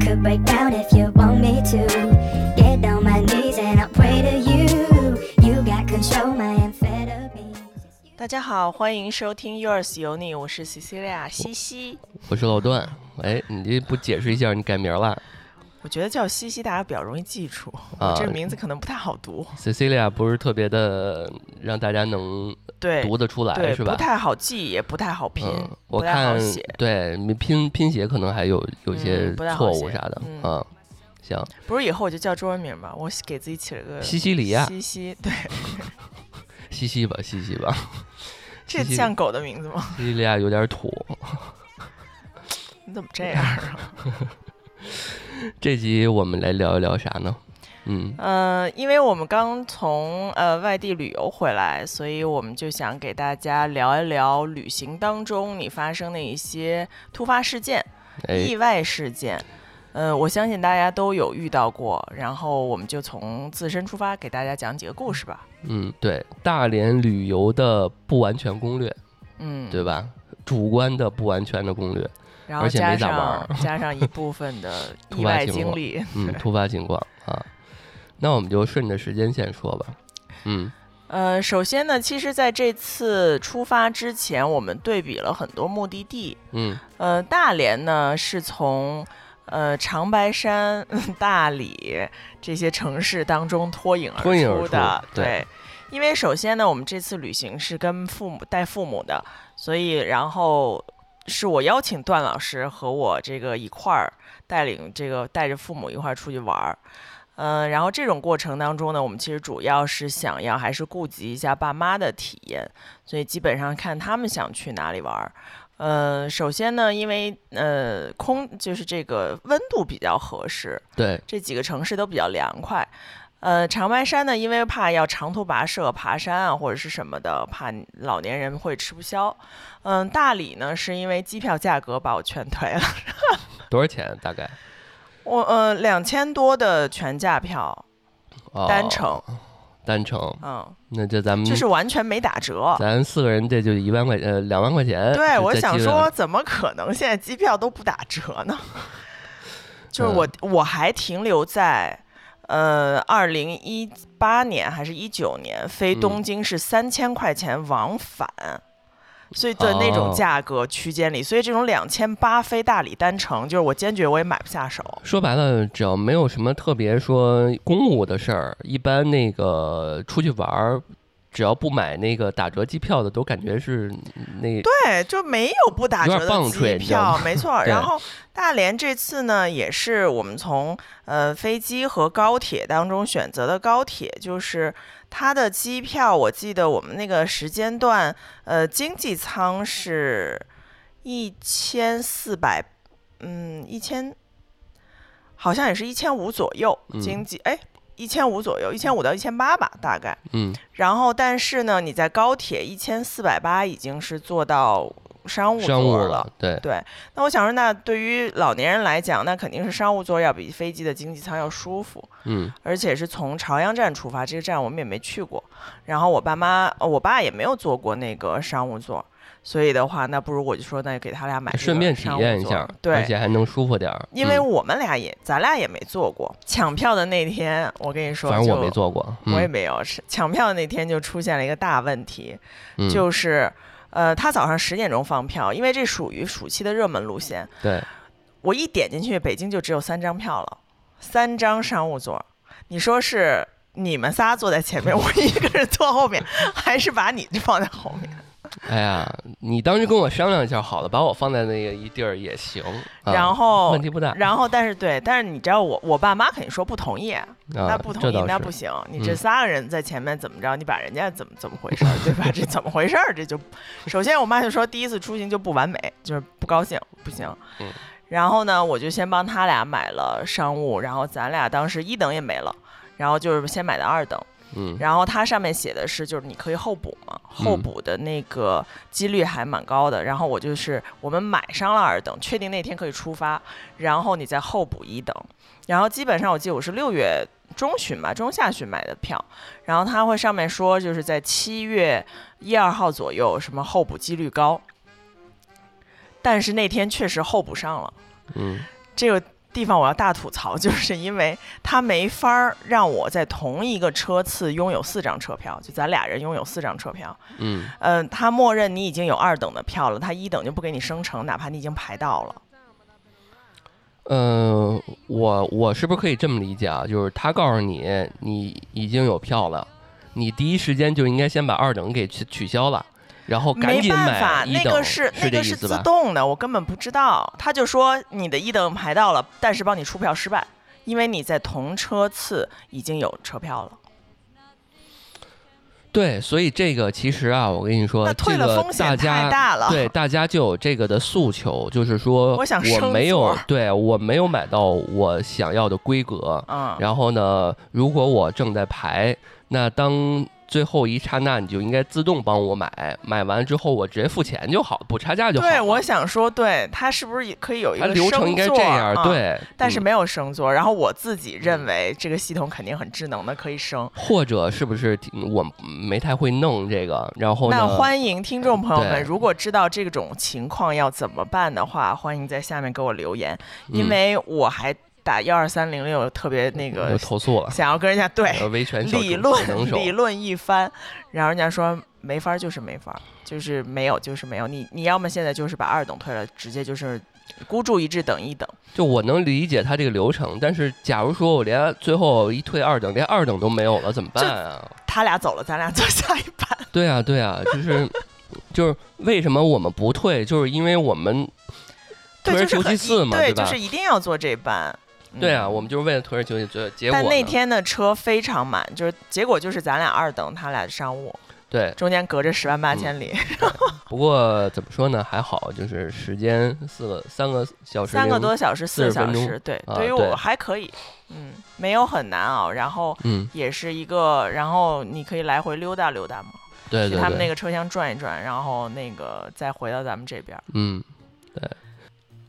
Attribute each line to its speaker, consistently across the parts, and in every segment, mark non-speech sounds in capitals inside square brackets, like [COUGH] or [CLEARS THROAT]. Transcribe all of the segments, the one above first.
Speaker 1: could break down if you want me to. Get on my knees and I'll pray to you. You got control, my amphetamines.
Speaker 2: 大家好，欢迎收听 Yours 有你，我是 Cecilia 西西。
Speaker 3: 我是老段。哎，你这不解释一下，你改名了
Speaker 2: 我觉得叫西西大家比较容易记住，
Speaker 3: 啊
Speaker 2: 我这个名字可能不太好读，
Speaker 3: ？Cecilia 不是特别的让大家能
Speaker 2: 对，
Speaker 3: 读得出来，
Speaker 2: 对，
Speaker 3: 是
Speaker 2: 不
Speaker 3: 吧？
Speaker 2: 太好记，也不太好拼，
Speaker 3: 嗯，我
Speaker 2: 不太好
Speaker 3: 看
Speaker 2: 写。
Speaker 3: 对你拼拼写可能还有有些
Speaker 2: 嗯不太好
Speaker 3: 错
Speaker 2: 写
Speaker 3: 误啥的
Speaker 2: 嗯呃
Speaker 3: 啊。行，
Speaker 2: 不是以后我就叫中文名吧，我给自己起了个
Speaker 3: 西西里亚，
Speaker 2: 西西，对，
Speaker 3: 西西吧，西西吧，
Speaker 2: 这
Speaker 3: 西西里
Speaker 2: 像狗的名字吗？ [LAUGHS]
Speaker 3: 西西利亚有点土。
Speaker 2: 你怎么这样啊？
Speaker 3: 这集我们来聊一聊啥呢？嗯，
Speaker 2: 呃，因为我们刚从呃外地旅游回来，所以我们就想给大家聊一聊旅行当中你发生的一些突发事件。
Speaker 3: 哎
Speaker 2: 意，外事件，呃，我相信大家都有遇到过，然后我们就从自身出发，给大家讲几个故事吧。
Speaker 3: 嗯，对，大连旅游的不完全攻略，
Speaker 2: 嗯，
Speaker 3: 对吧？主观的不完全的攻略，
Speaker 2: 然后
Speaker 3: 而且
Speaker 2: 加
Speaker 3: 没咋玩
Speaker 2: 上
Speaker 3: 儿
Speaker 2: 加上一部分的
Speaker 3: [LAUGHS] 突
Speaker 2: 意
Speaker 3: 发
Speaker 2: 外
Speaker 3: 情
Speaker 2: 经
Speaker 3: 况
Speaker 2: 历，
Speaker 3: 嗯，突发情况啊。那我们就顺着时间线说吧。嗯，
Speaker 2: 呃，首先呢，其实在这次出发之前，我们对比了很多目的地，
Speaker 3: 嗯，
Speaker 2: 呃，大连呢是从。呃，长白山、 [LAUGHS] 大理这些城市当中脱颖而
Speaker 3: 脱颖而
Speaker 2: 出
Speaker 3: 出
Speaker 2: 的，
Speaker 3: 对
Speaker 2: 因为首先呢，我们这次旅行是跟父母带父母的，所以然后是我邀请段老师和我这个一块儿带领这个带着父母一块儿出去玩儿。嗯、然后这种过程当中呢，我们其实主要是想要还是顾及一下爸妈的体验，所以基本上看他们想去哪里玩儿。呃，首先呢，因为呃空就是这个温度比较合适，
Speaker 3: 对，
Speaker 2: 这几个城市都比较凉快。呃，长白山呢，因为怕要长途跋涉、爬山啊，或者是什么的，怕老年人会吃不消。嗯、大理呢，是因为机票价格把我劝退了，
Speaker 3: 多少钱大概？
Speaker 2: 我呃两千多的全价票
Speaker 3: 哦、
Speaker 2: 单程，
Speaker 3: 单程，那就咱
Speaker 2: 嗯，
Speaker 3: 们
Speaker 2: 就是完全没打折。
Speaker 3: 咱四个人这就一万块呃两万块钱。
Speaker 2: 对，
Speaker 3: 就
Speaker 2: 我
Speaker 3: 再
Speaker 2: 想
Speaker 3: 积累
Speaker 2: 说，，怎么可能现在机票都不打折呢？
Speaker 3: 嗯
Speaker 2: 就是我，我还停留在，呃，二零一八年还是一九年飞
Speaker 3: 嗯
Speaker 2: 东京是三千块钱往返，所以的那种
Speaker 3: 哦
Speaker 2: 价格区间里，所以这种两千八飞大理单程，就是我坚决我也买不下手。
Speaker 3: 说白了，只要没有什么特别说公务的事儿，一般那个出去玩儿，只要不买那个打折机票的，都感觉是那
Speaker 2: 对，就没有不打
Speaker 3: 有
Speaker 2: 折的
Speaker 3: 点棒
Speaker 2: 机
Speaker 3: 槌你知道
Speaker 2: 票，
Speaker 3: 吗
Speaker 2: 没
Speaker 3: [LAUGHS]
Speaker 2: 错。
Speaker 3: 对
Speaker 2: 然后大连这次呢，也是我们从呃飞机和高铁当中选择的高铁，就是它的机票，我记得我们那个时间段，呃，经济舱是一千四百，嗯，一千，好像也是一千五左右，
Speaker 3: 嗯
Speaker 2: 经济哎。一千五左右，一千五到一千八吧，大概。
Speaker 3: 嗯
Speaker 2: 然后，但是呢，你在高铁一千四百八已经是坐到商务
Speaker 3: 商务
Speaker 2: 座
Speaker 3: 了，对
Speaker 2: 对，那我想说，那对于老年人来讲，那肯定是商务座要比飞机的经济舱要舒服，
Speaker 3: 嗯
Speaker 2: 而且是从朝阳站出发，这个站我们也没去过。然后我爸妈，呃我爸也没有坐过那个商务座，所以的话，那不如我就说，那就给他俩买这个
Speaker 3: 顺便体
Speaker 2: 商务
Speaker 3: 验一
Speaker 2: 座
Speaker 3: 下，而
Speaker 2: 对，
Speaker 3: 且还能舒服点儿。
Speaker 2: 因为
Speaker 3: 嗯
Speaker 2: 我们俩也，咱俩也没坐过。抢票的那天，我跟你说，
Speaker 3: 反正我
Speaker 2: 就
Speaker 3: 没做过，
Speaker 2: 我也
Speaker 3: 嗯
Speaker 2: 没有。是抢票那天就出现了一个大问题，
Speaker 3: 嗯
Speaker 2: 就是呃，他早上十点钟放票，因为这属于暑期的热门路线。
Speaker 3: 对
Speaker 2: 我一点进去，北京就只有三张票了，三张商务座。你说是你们仨坐在前面，我一个人坐后面，还是把你放在后面？
Speaker 3: 哎呀，你当时跟我商量一下好了，把我放在那个一地儿也行，啊、
Speaker 2: 然后
Speaker 3: 问。题不大。
Speaker 2: 然后，但是对，但是你知道我我爸妈肯定说不同意，那
Speaker 3: 啊
Speaker 2: 不同
Speaker 3: 这
Speaker 2: 意
Speaker 3: 倒
Speaker 2: 那
Speaker 3: 是
Speaker 2: 不行，你这
Speaker 3: 嗯
Speaker 2: 仨个人在前面怎么着？你把人家怎么怎么回事儿，对吧？这怎么回事儿？这就，首先我妈就说第一次出行就不完美，就是不高兴，不行
Speaker 3: 嗯。
Speaker 2: 然后呢，我就先帮他俩买了商务，然后咱俩当时一等也没了，然后就是先买的二等，
Speaker 3: 嗯，
Speaker 2: 然后它上面写的是就是你可以候补嘛，候
Speaker 3: 嗯
Speaker 2: 补的那个几率还蛮高的。然后我就是我们买上了二等，确定那天可以出发，然后你再候补一等。然后基本上我记得我是六月中旬吧，中下旬买的票，然后它会上面说就是在七月一二号左右什么候补几率高，但是那天确实候补上了。
Speaker 3: 嗯，
Speaker 2: 这个地方我要大吐槽，就是因为他没法儿让我在同一个车次拥有四张车票，就咱俩人拥有四张车票。
Speaker 3: 嗯，
Speaker 2: [LAUGHS] 嗯，他默认你已经有二等的票了，他一等就不给你生成，哪怕你已经排到了。
Speaker 3: 呃，我我是不是可以这么理解啊？就是他告诉你你已经有票了，你第一时间就应该先把二等给取取消了，然后哦赶
Speaker 2: 没
Speaker 3: 紧
Speaker 2: 办法
Speaker 3: 买，一
Speaker 2: 那
Speaker 3: 等，
Speaker 2: 个是那
Speaker 3: 这
Speaker 2: 个
Speaker 3: 意
Speaker 2: 是
Speaker 3: 思
Speaker 2: 自
Speaker 3: 吧？
Speaker 2: 动的，我根本不知道。他就说你的一等排到了，但是帮你出票失败，因为你在同车次已经有车票了。
Speaker 3: 对，所以这个其实啊，我跟你说
Speaker 2: 那，退了
Speaker 3: 这个
Speaker 2: 风险
Speaker 3: 大
Speaker 2: 太
Speaker 3: 家
Speaker 2: 大了。
Speaker 3: 对大家就有这个的诉求，就是说
Speaker 2: 我想
Speaker 3: 我
Speaker 2: 升
Speaker 3: 没有
Speaker 2: 座
Speaker 3: 对我没有买到我想要的规格，
Speaker 2: 嗯，
Speaker 3: 然后呢，如果我正在排，那当最后一刹那，你就应该自动帮我买，买完之后我直接付钱就好，补差价就好了。
Speaker 2: 对，我想说，对他是不是也可以有一
Speaker 3: 它
Speaker 2: 个
Speaker 3: 流程
Speaker 2: 升
Speaker 3: 应该
Speaker 2: 座
Speaker 3: 这样，
Speaker 2: 啊、。
Speaker 3: 对。
Speaker 2: 但是
Speaker 3: 嗯
Speaker 2: 没有升座，然后我自己认为这个系统肯定很智能的，可以升。
Speaker 3: 或者是不是挺我没太会弄这个，然后
Speaker 2: 那
Speaker 3: 呢？
Speaker 2: 欢迎听众朋友
Speaker 3: 对
Speaker 2: 们，如果知道这种情况要怎么办的话，欢迎在下面给我留言，因
Speaker 3: 嗯
Speaker 2: 为我还打幺二三零六特别那
Speaker 3: 就
Speaker 2: 个
Speaker 3: 投诉了，
Speaker 2: 想要跟人家对
Speaker 3: 呃维权小
Speaker 2: 理
Speaker 3: 助能
Speaker 2: 论
Speaker 3: 手
Speaker 2: 理论一番，然后人家说没法儿就是没法儿，就是没有就是没有，你你要么现在就是把二等退了，直接就是孤注一掷等一等。
Speaker 3: 就我能理解他这个流程，但是假如说我连最后一退二等，连二等都没有了，怎么办啊？
Speaker 2: 他俩走了，咱俩做下一版。
Speaker 3: [LAUGHS] 对啊，对啊，就是就是为什么我们不退，就是因为我们退
Speaker 2: 对，
Speaker 3: 而
Speaker 2: 就是
Speaker 3: 求
Speaker 2: 很
Speaker 3: 其次嘛，
Speaker 2: 对，
Speaker 3: 吧？
Speaker 2: 就是一定要做这班。嗯
Speaker 3: 对啊，我们就是为了退而求其次，结果
Speaker 2: 但那
Speaker 3: 呢
Speaker 2: 天的车非常满，就是结果就是咱俩二等，他俩商务，
Speaker 3: 对，
Speaker 2: 中间隔着十万八千里，
Speaker 3: 嗯不过怎么说呢，还好，就是时间四个三个小时，
Speaker 2: 三个多，小时、四
Speaker 3: 40
Speaker 2: 个小
Speaker 3: 分钟
Speaker 2: 时，对，
Speaker 3: 啊
Speaker 2: 对于
Speaker 3: 对
Speaker 2: 我还可以，嗯，没有很难熬，然后
Speaker 3: 嗯，
Speaker 2: 也是一个，然后你可以来回溜达溜达嘛，
Speaker 3: 对
Speaker 2: 去
Speaker 3: 对
Speaker 2: 他们那
Speaker 3: 对，
Speaker 2: 个车厢转一转，然后那个再回到咱们这边儿。
Speaker 3: 嗯，对。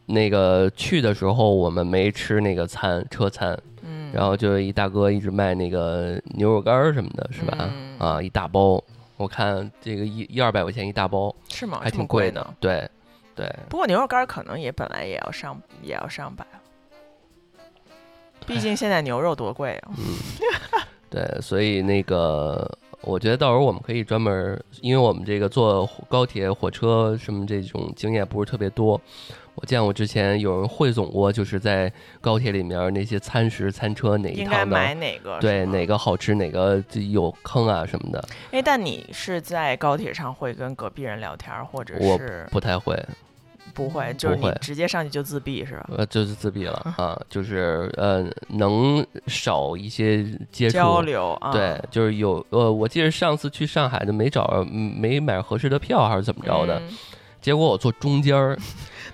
Speaker 3: 那个去的时候我们没吃那个餐车餐，
Speaker 2: 嗯，
Speaker 3: 然后就一大哥一直卖那个牛肉干儿什么的，是吧？
Speaker 2: 嗯
Speaker 3: 啊，一大包，我看这个一一二百块钱一大包，
Speaker 2: 是吗？
Speaker 3: 还
Speaker 2: 啊这么
Speaker 3: 挺
Speaker 2: 贵
Speaker 3: 的。。对，对，
Speaker 2: 不过牛肉干儿可能也本来也要上也要上百了，毕竟现在牛肉多贵啊！
Speaker 3: 嗯，对，所以那个，我觉得到时候我们可以专门儿，因为我们这个坐火高铁、火车什么这种经验不是特别多。我见过之前有人汇总过，就是在高铁里面儿那些餐食、餐车哪一
Speaker 2: 应该
Speaker 3: 趟呢？
Speaker 2: 买哪个？
Speaker 3: 对，
Speaker 2: 是吗
Speaker 3: 哪个好吃，哪个就有坑啊什么的，
Speaker 2: 哎，但你是在高铁上会跟隔壁人聊天儿，或者
Speaker 3: 我
Speaker 2: 是啊
Speaker 3: 不太会，
Speaker 2: 不会？就是
Speaker 3: 不
Speaker 2: 你
Speaker 3: 会
Speaker 2: 直接上去就自闭是吧？
Speaker 3: 呃，就是自闭了啊，就是呃，能少一些接触
Speaker 2: 交流啊，
Speaker 3: 对，就是有呃，我记得上次去上海就没找着，嗯没买合适的票还是怎么着的，
Speaker 2: 嗯
Speaker 3: 结果我坐中间儿，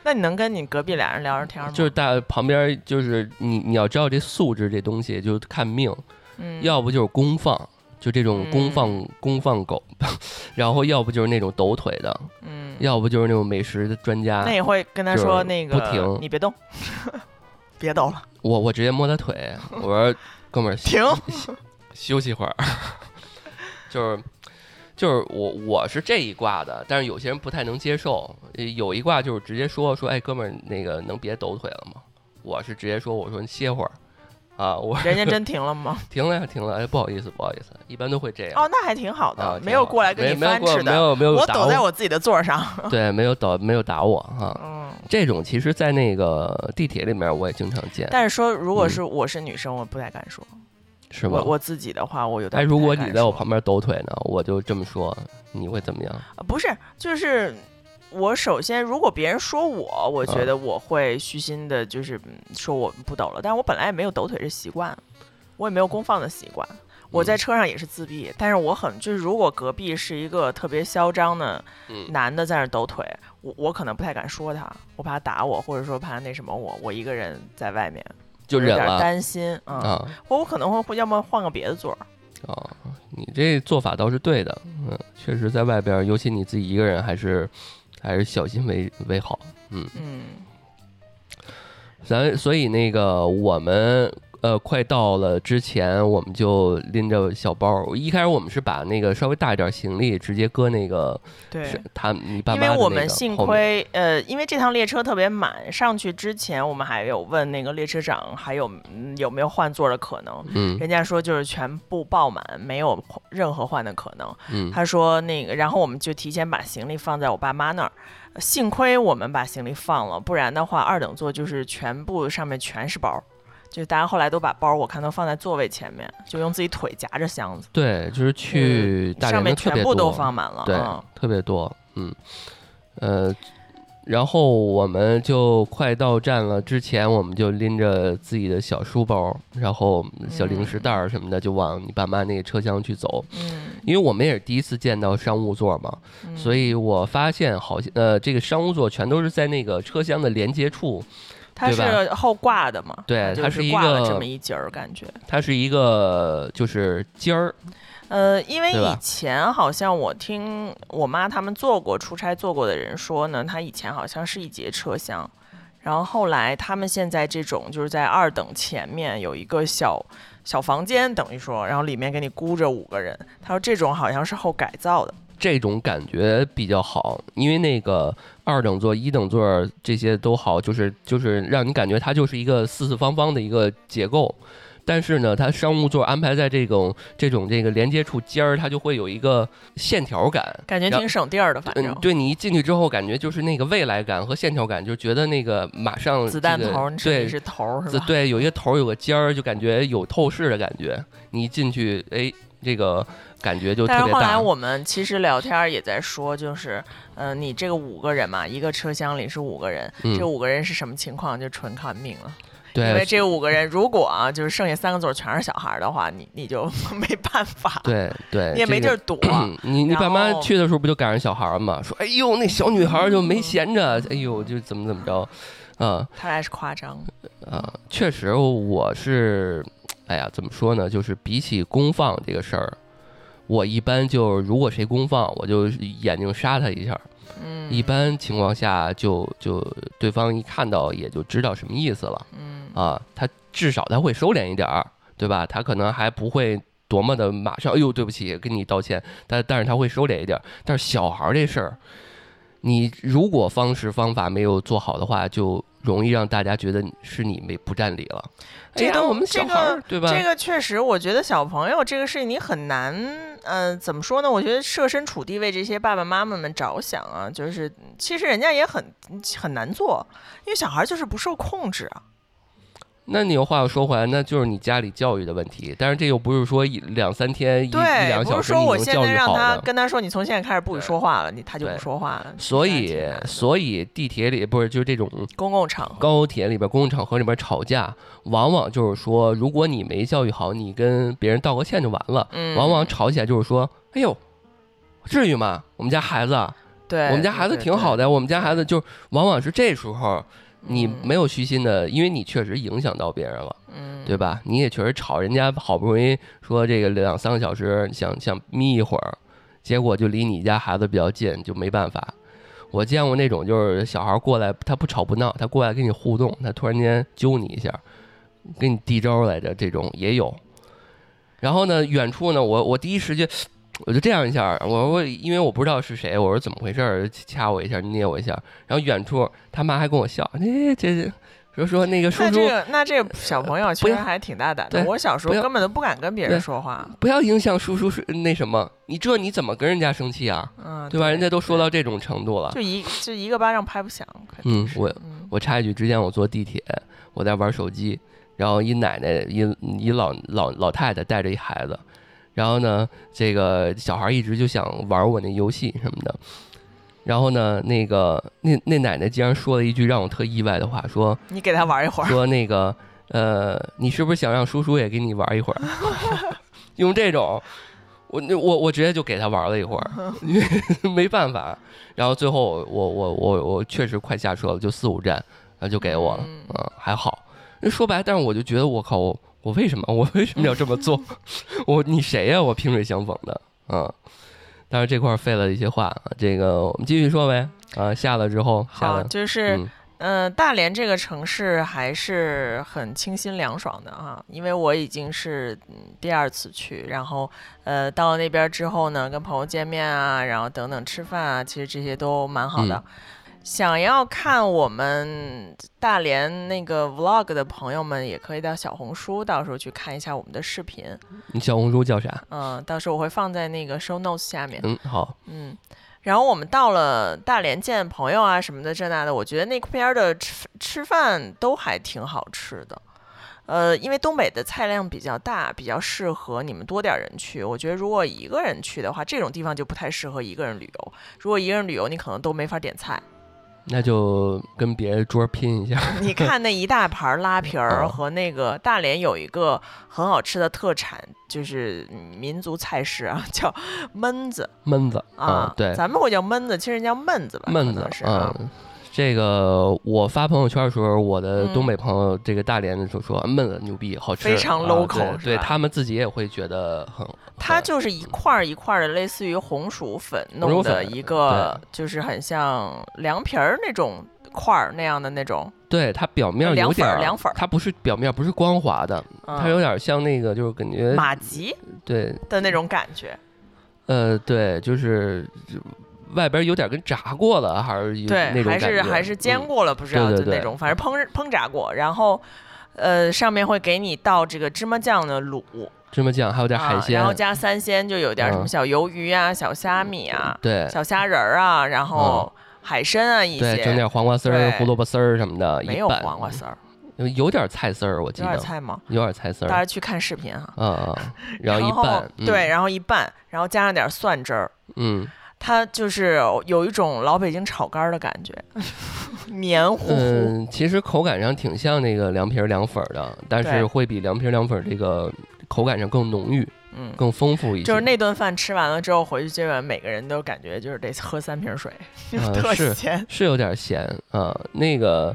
Speaker 2: 那你能跟你隔壁俩人聊着天儿吗？
Speaker 3: 就是大旁边儿就是你你要知道这素质这东西就是看命，
Speaker 2: 嗯，
Speaker 3: 要不就是公放，就这种公
Speaker 2: 嗯
Speaker 3: 放、公放狗， [LAUGHS] 然后要不就是那种抖腿的，
Speaker 2: 嗯，
Speaker 3: 要不就是那种美食的专家
Speaker 2: 那，你会跟他
Speaker 3: 就是
Speaker 2: 说那
Speaker 3: 不
Speaker 2: 个
Speaker 3: 停
Speaker 2: 你别动， [LAUGHS] 别抖了，
Speaker 3: 我我直接摸他腿，
Speaker 2: [LAUGHS]
Speaker 3: 我说哥们儿 [LAUGHS]
Speaker 2: 停。
Speaker 3: 休息会儿， [LAUGHS] 就是就是我我是这一挂的，但是有些人不太能接受。呃有一挂就是直接说说，哎，哥们儿，那个能别抖腿了吗？我是直接说，我说你歇会儿啊，我
Speaker 2: 人家真停了
Speaker 3: [LAUGHS]
Speaker 2: 吗？
Speaker 3: 停了呀，停了，哎，不好意思，不好意思，一般都会这样。
Speaker 2: 哦，那还挺好的，
Speaker 3: 啊，
Speaker 2: 没有过来跟你
Speaker 3: 没没有
Speaker 2: 翻
Speaker 3: 过
Speaker 2: 吃
Speaker 3: 没
Speaker 2: 的。
Speaker 3: 有没有
Speaker 2: 我
Speaker 3: 打
Speaker 2: 抖在我自己的座儿上，
Speaker 3: 对，没有抖，没有打我啊。
Speaker 2: 嗯，
Speaker 3: 这种其实，在那个地铁里面我也经常见，
Speaker 2: 但是说如果
Speaker 3: 嗯
Speaker 2: 是我是女生，我不太敢说。
Speaker 3: 是
Speaker 2: 我
Speaker 3: 吗？
Speaker 2: 我自己的话，我有点
Speaker 3: 哎，
Speaker 2: 不
Speaker 3: 如
Speaker 2: 太
Speaker 3: 果
Speaker 2: 敢
Speaker 3: 你在我
Speaker 2: 说
Speaker 3: 旁边抖腿呢，我就这么说，你会怎么样？
Speaker 2: 呃不是，就是我首先，如果别人说我，我觉
Speaker 3: 嗯
Speaker 2: 得我会虚心的，就是嗯说我不抖了。但我本来也没有抖腿这习惯，我也没有公放的习惯。我在
Speaker 3: 嗯
Speaker 2: 车上也是自闭，但是我很就是，如果隔壁是一个特别嚣张的
Speaker 3: 嗯
Speaker 2: 男的在那儿抖腿，我我可能不太敢说他，我怕他打我，或者说怕那什么我，我一个人在外面
Speaker 3: 就
Speaker 2: 有
Speaker 3: 忍
Speaker 2: 点
Speaker 3: 了
Speaker 2: 担心嗯
Speaker 3: 啊。
Speaker 2: 我我可能会要么换个别的座儿，
Speaker 3: 哦，你这做法倒是对的，嗯，确实在外边儿，尤其你自己一个人，还是还是小心为为好。
Speaker 2: 嗯
Speaker 3: 咱所以那个我们呃快到了之前，我们就拎着小包。一开始我们是把那个稍微大一点行李直接搁那个是
Speaker 2: 对。
Speaker 3: 他你爸
Speaker 2: 因
Speaker 3: 妈的
Speaker 2: 为我
Speaker 3: 那
Speaker 2: 们
Speaker 3: 个
Speaker 2: 幸
Speaker 3: 后面
Speaker 2: 亏，呃，因为这趟列车特别满，上去之前我们还有问那个列车长还有嗯有没有换座的可能，
Speaker 3: 嗯
Speaker 2: 人家说就是全部爆满，没有任何换的可能。
Speaker 3: 嗯
Speaker 2: 他说那个，然后我们就提前把行李放在我爸妈那儿，呃幸亏我们把行李放了，不然的话二等座就是全部上面全是包，就是大家后来都把包我看都放在座位前面，就用自己腿夹着箱子，
Speaker 3: 对，就是去大
Speaker 2: 嗯上
Speaker 3: 连的
Speaker 2: 面
Speaker 3: 特
Speaker 2: 全
Speaker 3: 别
Speaker 2: 部都
Speaker 3: 多
Speaker 2: 放满了。
Speaker 3: 对，
Speaker 2: 嗯
Speaker 3: 特别多，嗯，呃，然后我们就快到站了之前，我们就拎着自己的小书包，然后小零食袋儿什么的，就往你爸妈那个车厢去走，
Speaker 2: 嗯，
Speaker 3: 因为我们也是第一次见到商务座嘛，
Speaker 2: 嗯
Speaker 3: 所以我发现好像呃，这个商务座全都是在那个车厢的连接处，
Speaker 2: 它
Speaker 3: 对吧
Speaker 2: 是后挂的嘛？
Speaker 3: 对
Speaker 2: 就
Speaker 3: 它是
Speaker 2: 是
Speaker 3: 一
Speaker 2: 挂了这
Speaker 3: 个
Speaker 2: 么一节儿感觉。
Speaker 3: 它是一个就是尖儿，
Speaker 2: 呃，因为
Speaker 3: 对吧
Speaker 2: 以前好像我听我妈他们做过出差做过的人说呢，她以前好像是一节车厢，然后后来他们现在这种就是在二等前面有一个小小房间，等于说，然后里面给你估着五个人。她说这种好像是后改造的，
Speaker 3: 这种感觉比较好，因为那个二等座、一等座这些都好，就是就是让你感觉它就是一个四四方方的一个结构。但是呢，它商务座安排在这种这种这个连接处尖儿，它就会有一个线条感。
Speaker 2: 感觉
Speaker 3: 然后
Speaker 2: 挺省地儿的，反
Speaker 3: 嗯
Speaker 2: 正，。
Speaker 3: 对你一进去之后，感觉就是那个未来感和线条感，就觉得那个马上、这个、
Speaker 2: 子弹头儿，你说
Speaker 3: 对
Speaker 2: 你是头儿是
Speaker 3: 子
Speaker 2: 吧？
Speaker 3: 对，有一个头儿有个尖儿，就感觉有透视的感觉。你一进去，哎，这个感觉就特
Speaker 2: 但
Speaker 3: 别
Speaker 2: 是后来
Speaker 3: 大。
Speaker 2: 我们其实聊天儿也在说，就是，呃，你这个五个人嘛，一个车厢里是五个人，
Speaker 3: 嗯
Speaker 2: 这五个人是什么情况？就纯看命了。因为
Speaker 3: 对
Speaker 2: 这五个人，如果啊，就是剩下三个座儿全是小孩儿的话，你你就 [LAUGHS] 没办法，
Speaker 3: 对对，
Speaker 2: 你也没
Speaker 3: 这
Speaker 2: 地
Speaker 3: 个
Speaker 2: 儿
Speaker 3: [CLEARS THROAT]
Speaker 2: 躲。
Speaker 3: 嗯，你你爸妈
Speaker 2: 然后
Speaker 3: 去的时候不就赶上小孩儿嘛？说哎呦，那小女孩儿就没闲着，哎呦，就怎么怎么着，啊
Speaker 2: 他还是夸张，
Speaker 3: 啊，确实我是，哎呀，怎么说呢？就是比起公放这个事儿，我一般就如果谁公放，我就眼睛杀他一下儿。
Speaker 2: 嗯，
Speaker 3: 一般情况下就就对方一看到也就知道什么意思了
Speaker 2: 嗯，
Speaker 3: 啊，他至少他会收敛一点儿，对吧？他可能还不会多么的马上，哎呦，对不起，跟你道歉，但但是他会收敛一点儿。但是小孩儿这事儿，你如果方式方法没有做好的话，就容易让大家觉得是你没不占理了。哎
Speaker 2: 这
Speaker 3: 呀，
Speaker 2: 都
Speaker 3: 我们
Speaker 2: 这
Speaker 3: 小
Speaker 2: 个
Speaker 3: 孩儿对吧？
Speaker 2: 这个确实，我觉得小朋友这个事情你很难，嗯、怎么说呢？我觉得设身处地为这些爸爸妈妈们着想啊，就是其实人家也很很难做，因为小孩就是不受控制啊。
Speaker 3: 那你又话又说回来，那就是你家里教育的问题。但是这又不是说一两三天一一两
Speaker 2: 对，
Speaker 3: 个
Speaker 2: 不
Speaker 3: 小
Speaker 2: 是
Speaker 3: 时
Speaker 2: 说
Speaker 3: 你
Speaker 2: 我
Speaker 3: 能
Speaker 2: 现
Speaker 3: 教
Speaker 2: 在
Speaker 3: 育
Speaker 2: 让
Speaker 3: 好
Speaker 2: 他
Speaker 3: 的。
Speaker 2: 跟他说你从现在开始不许
Speaker 3: 对
Speaker 2: 说话了，你他就不
Speaker 3: 对
Speaker 2: 说话了。
Speaker 3: 所
Speaker 2: 这还挺
Speaker 3: 以
Speaker 2: 难，的
Speaker 3: 所以地铁里不是就这种
Speaker 2: 公共场合，
Speaker 3: 高铁里边、公共场合里边吵架，往往就是说，如果你没教育好，你跟别人道个歉就完了。
Speaker 2: 嗯，
Speaker 3: 往往吵起来就是说，哎呦，至于吗？我们家孩子啊，
Speaker 2: 对，
Speaker 3: 我们家孩子挺好
Speaker 2: 的，
Speaker 3: 的，我们家孩子就往往是这时候你
Speaker 2: 嗯
Speaker 3: 没有虚心的，因为你确实影响到别人了。
Speaker 2: 嗯，
Speaker 3: 对吧？你也确实吵，人家好不容易说这个两三个小时想想眯一会儿，结果就离你家孩子比较近，就没办法。我见过那种就是小孩过来，他不吵不闹，他过来跟你互动，他突然间揪你一下，给你递招来着，这种也有。然后呢，远处呢，我我第一时间我就这样一下，我我因为我不知道是谁，我说怎么回事儿，掐我一下，捏我一下。然后远处他妈还跟我笑，哎这说说那个叔
Speaker 2: 那
Speaker 3: 叔
Speaker 2: 这个那这个小朋友确实
Speaker 3: 呃要
Speaker 2: 还挺大胆
Speaker 3: 对
Speaker 2: 的。我小时候
Speaker 3: 不要
Speaker 2: 根本都不敢跟别
Speaker 3: 对
Speaker 2: 人说话，
Speaker 3: 不要影响叔叔是那什么，你这你怎么跟人家生气啊？
Speaker 2: 嗯，
Speaker 3: 对吧？人家都说到这种程度了
Speaker 2: 就。一就一个巴掌拍不响，肯定
Speaker 3: 嗯
Speaker 2: 是
Speaker 3: 我
Speaker 2: 嗯
Speaker 3: 我插一句，之前我坐地铁，我在玩手机，然后一奶奶一一老老老太太带着一孩子，然后呢，这个小孩一直就想玩我那游戏什么的，然后呢，那个那那奶奶竟然说了一句让我特意外的话，说
Speaker 2: 你给他玩一会儿，
Speaker 3: [LAUGHS] 说那个呃，你是不是想让叔叔也给你玩一会儿？ [LAUGHS] 用这种，我那我我直接就给他玩了一会儿 [LAUGHS] ，因为没办法。然后最后我我我我我确实快下车了，就四五站，然后就给我了，
Speaker 2: 嗯
Speaker 3: 嗯，还好。那说白，但是我就觉得我靠，我我为什么 [LAUGHS] 我为什么要这么做？ [LAUGHS] 我你谁呀、我萍水相逢的，嗯。但是这块儿废了一些话，这个我们继续说呗。啊，下了之后，下
Speaker 2: 好，
Speaker 3: 了，
Speaker 2: 就是
Speaker 3: 嗯
Speaker 2: 嗯，大连这个城市还是很清新凉爽的啊，因为我已经是嗯第二次去，然后呃到那边之后呢，跟朋友见面啊，然后等等吃饭啊，其实这些都蛮好的。想要看我们大连那个 vlog 的朋友们，也可以到小红书，到时候去看一下我们的视频。
Speaker 3: 你小红书叫啥？
Speaker 2: 嗯，到时候我会放在那个 show notes 下面。
Speaker 3: 嗯，好，
Speaker 2: 嗯，然后我们到了大连见朋友啊什么的这那的，我觉得那边儿的吃吃饭都还挺好吃的。呃，因为东北的菜量比较大，比较适合你们多点儿人去。我觉得如果一个人去的话，这种地方就不太适合一个人旅游。如果一个人旅游，你可能都没法点菜。 [LAUGHS]
Speaker 3: 那就跟别人桌拼一下。
Speaker 2: 你看那一大盘拉皮儿
Speaker 3: 哦
Speaker 2: 和那个大连有一个很好吃的特产，就是民族菜式啊， [LAUGHS] 叫焖子
Speaker 3: 闷子
Speaker 2: 啊。
Speaker 3: 嗯对，
Speaker 2: 咱们会叫焖子，其实人家焖子吧，
Speaker 3: 闷
Speaker 2: 可
Speaker 3: 子
Speaker 2: 能是啊。
Speaker 3: 嗯这个我发朋友圈的时候，我的东
Speaker 2: 嗯
Speaker 3: 北朋友，这个大连的就说闷子牛逼，好吃，
Speaker 2: 非常
Speaker 3: 啊
Speaker 2: local，
Speaker 3: 对
Speaker 2: 是
Speaker 3: 对
Speaker 2: 吧
Speaker 3: 他们自己也会觉得很，
Speaker 2: 它
Speaker 3: 很
Speaker 2: 就是一块儿一块儿的，类似于红薯粉
Speaker 3: 红
Speaker 2: 弄
Speaker 3: 薯
Speaker 2: 的
Speaker 3: 粉
Speaker 2: 一个，就是很像凉皮儿那种块儿那样的那种。
Speaker 3: 对它表面
Speaker 2: 凉
Speaker 3: 有
Speaker 2: 粉
Speaker 3: 点
Speaker 2: 儿
Speaker 3: 儿
Speaker 2: 凉粉儿
Speaker 3: 它不是表面不是光滑的，
Speaker 2: 嗯、
Speaker 3: 它有点像那个就是感觉
Speaker 2: 马吉
Speaker 3: 对
Speaker 2: 的那种感觉，
Speaker 3: 呃对，就是就外边有点跟炸过了，还是有那
Speaker 2: 对，
Speaker 3: 种
Speaker 2: 还
Speaker 3: 感
Speaker 2: 是
Speaker 3: 觉，
Speaker 2: 还是煎
Speaker 3: 嗯
Speaker 2: 过了，不知道
Speaker 3: 对
Speaker 2: 就
Speaker 3: 对
Speaker 2: 那
Speaker 3: 对
Speaker 2: 种，反正烹烹炸过，然后。呃，上面会给你倒这个芝麻酱的卤，
Speaker 3: 芝麻酱，还有点海
Speaker 2: 啊，
Speaker 3: 鲜，
Speaker 2: 然后加三鲜，就有点什么
Speaker 3: 嗯
Speaker 2: 小鱿鱼啊、小虾米啊、
Speaker 3: 对嗯
Speaker 2: 小虾仁儿啊，然后海参啊一
Speaker 3: 对，整
Speaker 2: 些，
Speaker 3: 点黄瓜丝儿、
Speaker 2: 对
Speaker 3: 胡萝卜丝儿什么的，
Speaker 2: 没
Speaker 3: 一
Speaker 2: 有
Speaker 3: 拌
Speaker 2: 黄瓜，丝儿，
Speaker 3: 有有点菜丝儿，我记
Speaker 2: 有点
Speaker 3: 得
Speaker 2: 菜吗？
Speaker 3: 有点菜丝儿，
Speaker 2: 大家去看视频哈。[LAUGHS]
Speaker 3: 啊啊，然后一拌，嗯
Speaker 2: 对，，然后一拌，然后加上点儿蒜汁儿，
Speaker 3: 嗯，
Speaker 2: 它就是有一种老北京炒肝儿的感觉， [LAUGHS] 黏糊糊。
Speaker 3: 嗯，其实口感上挺像那个凉皮儿凉粉儿的，但
Speaker 2: 对
Speaker 3: 是会比凉皮儿凉粉儿这个口感上更浓郁、
Speaker 2: 嗯，
Speaker 3: 更丰富一些。
Speaker 2: 就是那顿饭吃完了之后回去，今晚每个人都感觉就是得喝三瓶水，[LAUGHS]
Speaker 3: 啊
Speaker 2: 特
Speaker 3: 是
Speaker 2: 咸。
Speaker 3: 是有点咸啊、那个，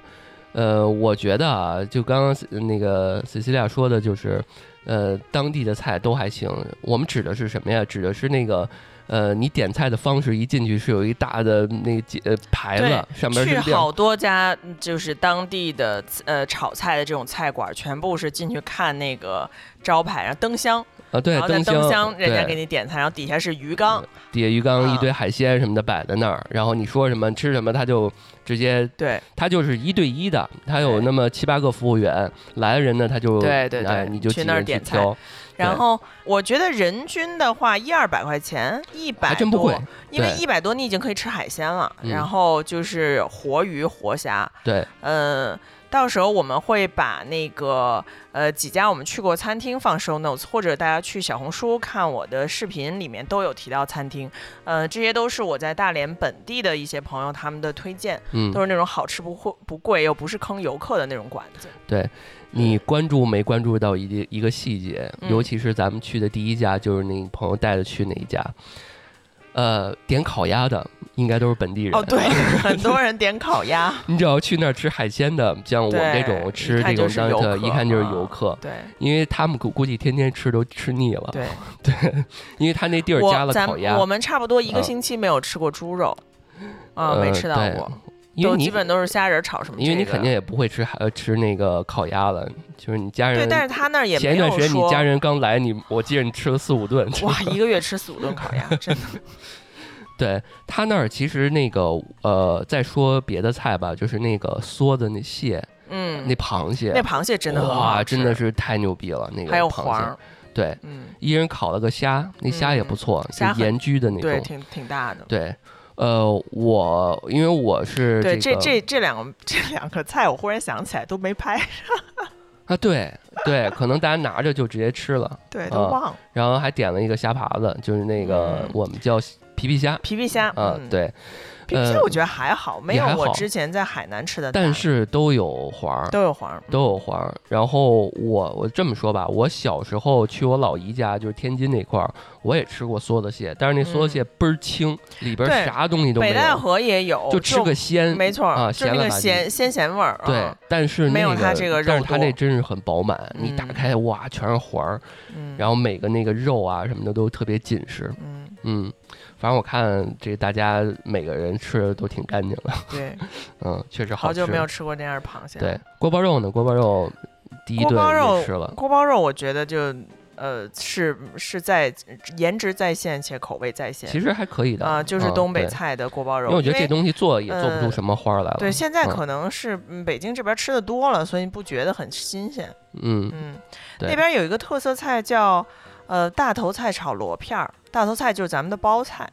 Speaker 3: 呃，我觉得啊，就刚刚 C- 那个 c e 利亚说的，就是，呃，当地的菜都还行。我们指的是什么呀？指的是那个，呃，你点菜的方式一进去是有一大的那个几呃牌子，上面
Speaker 2: 去
Speaker 3: 是亮
Speaker 2: 好多家嗯就是当地的呃炒菜的这种菜馆，全部是进去看那个招牌，然后灯箱，
Speaker 3: 啊，对，
Speaker 2: 然后在
Speaker 3: 箱，
Speaker 2: 灯箱人家给
Speaker 3: 对
Speaker 2: 你点菜，然后底下是鱼缸，
Speaker 3: 底下鱼缸
Speaker 2: 啊
Speaker 3: 一堆海鲜什么的摆在那儿，然后你说什么吃什么，他就直接
Speaker 2: 对，
Speaker 3: 他就是一对一的，他有
Speaker 2: 对
Speaker 3: 那么七八个服务员，来的人呢他就
Speaker 2: 对对对
Speaker 3: 哎你就
Speaker 2: 去
Speaker 3: 几
Speaker 2: 那儿
Speaker 3: 个人
Speaker 2: 点菜
Speaker 3: 挑，
Speaker 2: 然
Speaker 3: 对
Speaker 2: 后我觉得人均的话一二百块钱，一百
Speaker 3: 还真不贵，
Speaker 2: 因为
Speaker 3: 对
Speaker 2: 一百多你已经可以吃海鲜了，
Speaker 3: 嗯
Speaker 2: 然后就是活鱼、活虾，
Speaker 3: 对，
Speaker 2: 呃，到时候我们会把那个呃几家我们去过餐厅放 show notes，或者大家去小红书看我的视频里面都有提到餐厅，呃，这些都是我在大连本地的一些朋友他们的推荐，
Speaker 3: 嗯
Speaker 2: 都，是那种好吃不贵不贵又不是坑游客的那种馆子。
Speaker 3: 你关注没关注到一一个细节，
Speaker 2: 嗯
Speaker 3: 尤其是咱们去的第一家，就是你朋友带的去那一家，呃，点烤鸭的应该都是本地人，
Speaker 2: 哦，对， [LAUGHS] 很多人点烤
Speaker 3: [LAUGHS]
Speaker 2: 鸭，
Speaker 3: 你只要去那儿吃海鲜的，像我们
Speaker 2: 对
Speaker 3: 这种
Speaker 2: 一
Speaker 3: 吃
Speaker 2: 看
Speaker 3: 这
Speaker 2: 就
Speaker 3: 种
Speaker 2: 是
Speaker 3: 当
Speaker 2: 游
Speaker 3: 特，
Speaker 2: 客
Speaker 3: 一看就是
Speaker 2: 啊
Speaker 3: 游客，
Speaker 2: 对
Speaker 3: 因为他们估估计天天吃都吃腻了，
Speaker 2: 对。
Speaker 3: 因为他那地儿加
Speaker 2: 我
Speaker 3: 了
Speaker 2: 咱
Speaker 3: 烤鸭
Speaker 2: 我，们差不多一个
Speaker 3: 嗯
Speaker 2: 星期没有吃过猪肉，啊，
Speaker 3: 呃
Speaker 2: 没吃到
Speaker 3: 对
Speaker 2: 过，
Speaker 3: 因为
Speaker 2: 都
Speaker 3: 你
Speaker 2: 基本都是虾仁儿炒什么这个。
Speaker 3: 因为你肯定也不会吃海呃吃那个烤鸭了，就是你家
Speaker 2: 对，
Speaker 3: 人
Speaker 2: 但是他那儿也
Speaker 3: 前
Speaker 2: 没
Speaker 3: 一段
Speaker 2: 有
Speaker 3: 时间你
Speaker 2: 说
Speaker 3: 家人刚来，你我记得你吃了四五顿，
Speaker 2: 哇，一个月吃四五顿烤鸭，真
Speaker 3: [LAUGHS]
Speaker 2: 的。
Speaker 3: 对他那儿其实那个呃，再说别的菜吧，就是那个梭子那蟹，
Speaker 2: 嗯，
Speaker 3: 那螃蟹，
Speaker 2: 那螃蟹真的很好
Speaker 3: 哇，
Speaker 2: 吃
Speaker 3: 真的是太牛逼了，那个
Speaker 2: 还有黄
Speaker 3: 螃蟹
Speaker 2: 儿，，
Speaker 3: 对，
Speaker 2: 嗯，
Speaker 3: 一人烤了个虾，那虾也不错，是
Speaker 2: 虾很
Speaker 3: 盐焗的那
Speaker 2: 对，
Speaker 3: 种，
Speaker 2: 挺挺大的。
Speaker 3: 对，呃，我因为我是
Speaker 2: 对，
Speaker 3: 这
Speaker 2: 这
Speaker 3: 个
Speaker 2: 这这两个这两个菜，我忽然想起来都没拍，
Speaker 3: 啊，对对，可能大家拿着就直接吃了，
Speaker 2: 对，都
Speaker 3: 啊
Speaker 2: 忘了
Speaker 3: 然后还点了一个虾爬子，就是那个
Speaker 2: 嗯
Speaker 3: 我们叫皮皮虾
Speaker 2: 皮皮虾。
Speaker 3: 啊
Speaker 2: 嗯，，
Speaker 3: 对，
Speaker 2: 皮皮虾
Speaker 3: 呃
Speaker 2: 我觉得还好，没
Speaker 3: 也
Speaker 2: 有
Speaker 3: 还
Speaker 2: 我
Speaker 3: 好
Speaker 2: 之前在海南吃的大。
Speaker 3: 但是都有黄儿，
Speaker 2: 都有黄儿，嗯
Speaker 3: 都有黄儿。然后我我这么说吧，我小时候去我老姨家，就是天津那块儿，我也吃过梭子蟹，但是那梭子蟹倍儿清，里边
Speaker 2: 嗯对
Speaker 3: 儿啥东西都没
Speaker 2: 北戴
Speaker 3: 有，
Speaker 2: 河也有，
Speaker 3: 就吃个鲜。
Speaker 2: 没错
Speaker 3: 啊
Speaker 2: 就是
Speaker 3: 咸
Speaker 2: 那
Speaker 3: 了
Speaker 2: 个
Speaker 3: 吧唧
Speaker 2: 咸鲜咸味儿。
Speaker 3: 对
Speaker 2: 啊，
Speaker 3: 但是
Speaker 2: 没有
Speaker 3: 那
Speaker 2: 它这个
Speaker 3: 但
Speaker 2: 肉
Speaker 3: 是它
Speaker 2: 多
Speaker 3: 那真是很饱满，你打
Speaker 2: 嗯
Speaker 3: 开哇，全是黄儿，
Speaker 2: 嗯，
Speaker 3: [LAUGHS] 然后每个那个肉啊什么的都特别紧实，
Speaker 2: 嗯，
Speaker 3: 嗯，反正我看这大家每个人吃的都挺干净的，
Speaker 2: 对，
Speaker 3: 嗯，确实
Speaker 2: 好
Speaker 3: 吃。
Speaker 2: 久没有吃过这样的螃蟹。
Speaker 3: 对，锅包肉呢？锅包肉第一
Speaker 2: 锅
Speaker 3: 顿
Speaker 2: 包肉
Speaker 3: 你吃了，
Speaker 2: 锅包肉我觉得就呃是是在颜值在线且口味在线
Speaker 3: 其实还可以的
Speaker 2: 啊、就是
Speaker 3: 嗯
Speaker 2: 东北
Speaker 3: 对
Speaker 2: 菜的锅包肉。
Speaker 3: 因为我觉得这
Speaker 2: 因为
Speaker 3: 东西做也做不出
Speaker 2: 呃
Speaker 3: 什么花儿来了。
Speaker 2: 对，现在
Speaker 3: 嗯
Speaker 2: 可能是嗯北京这边吃的多了，所以不觉得很新鲜。
Speaker 3: 嗯，
Speaker 2: 嗯，
Speaker 3: 对
Speaker 2: 那边有一个特色菜叫呃大头菜炒螺片儿，大头菜就是咱们的包菜，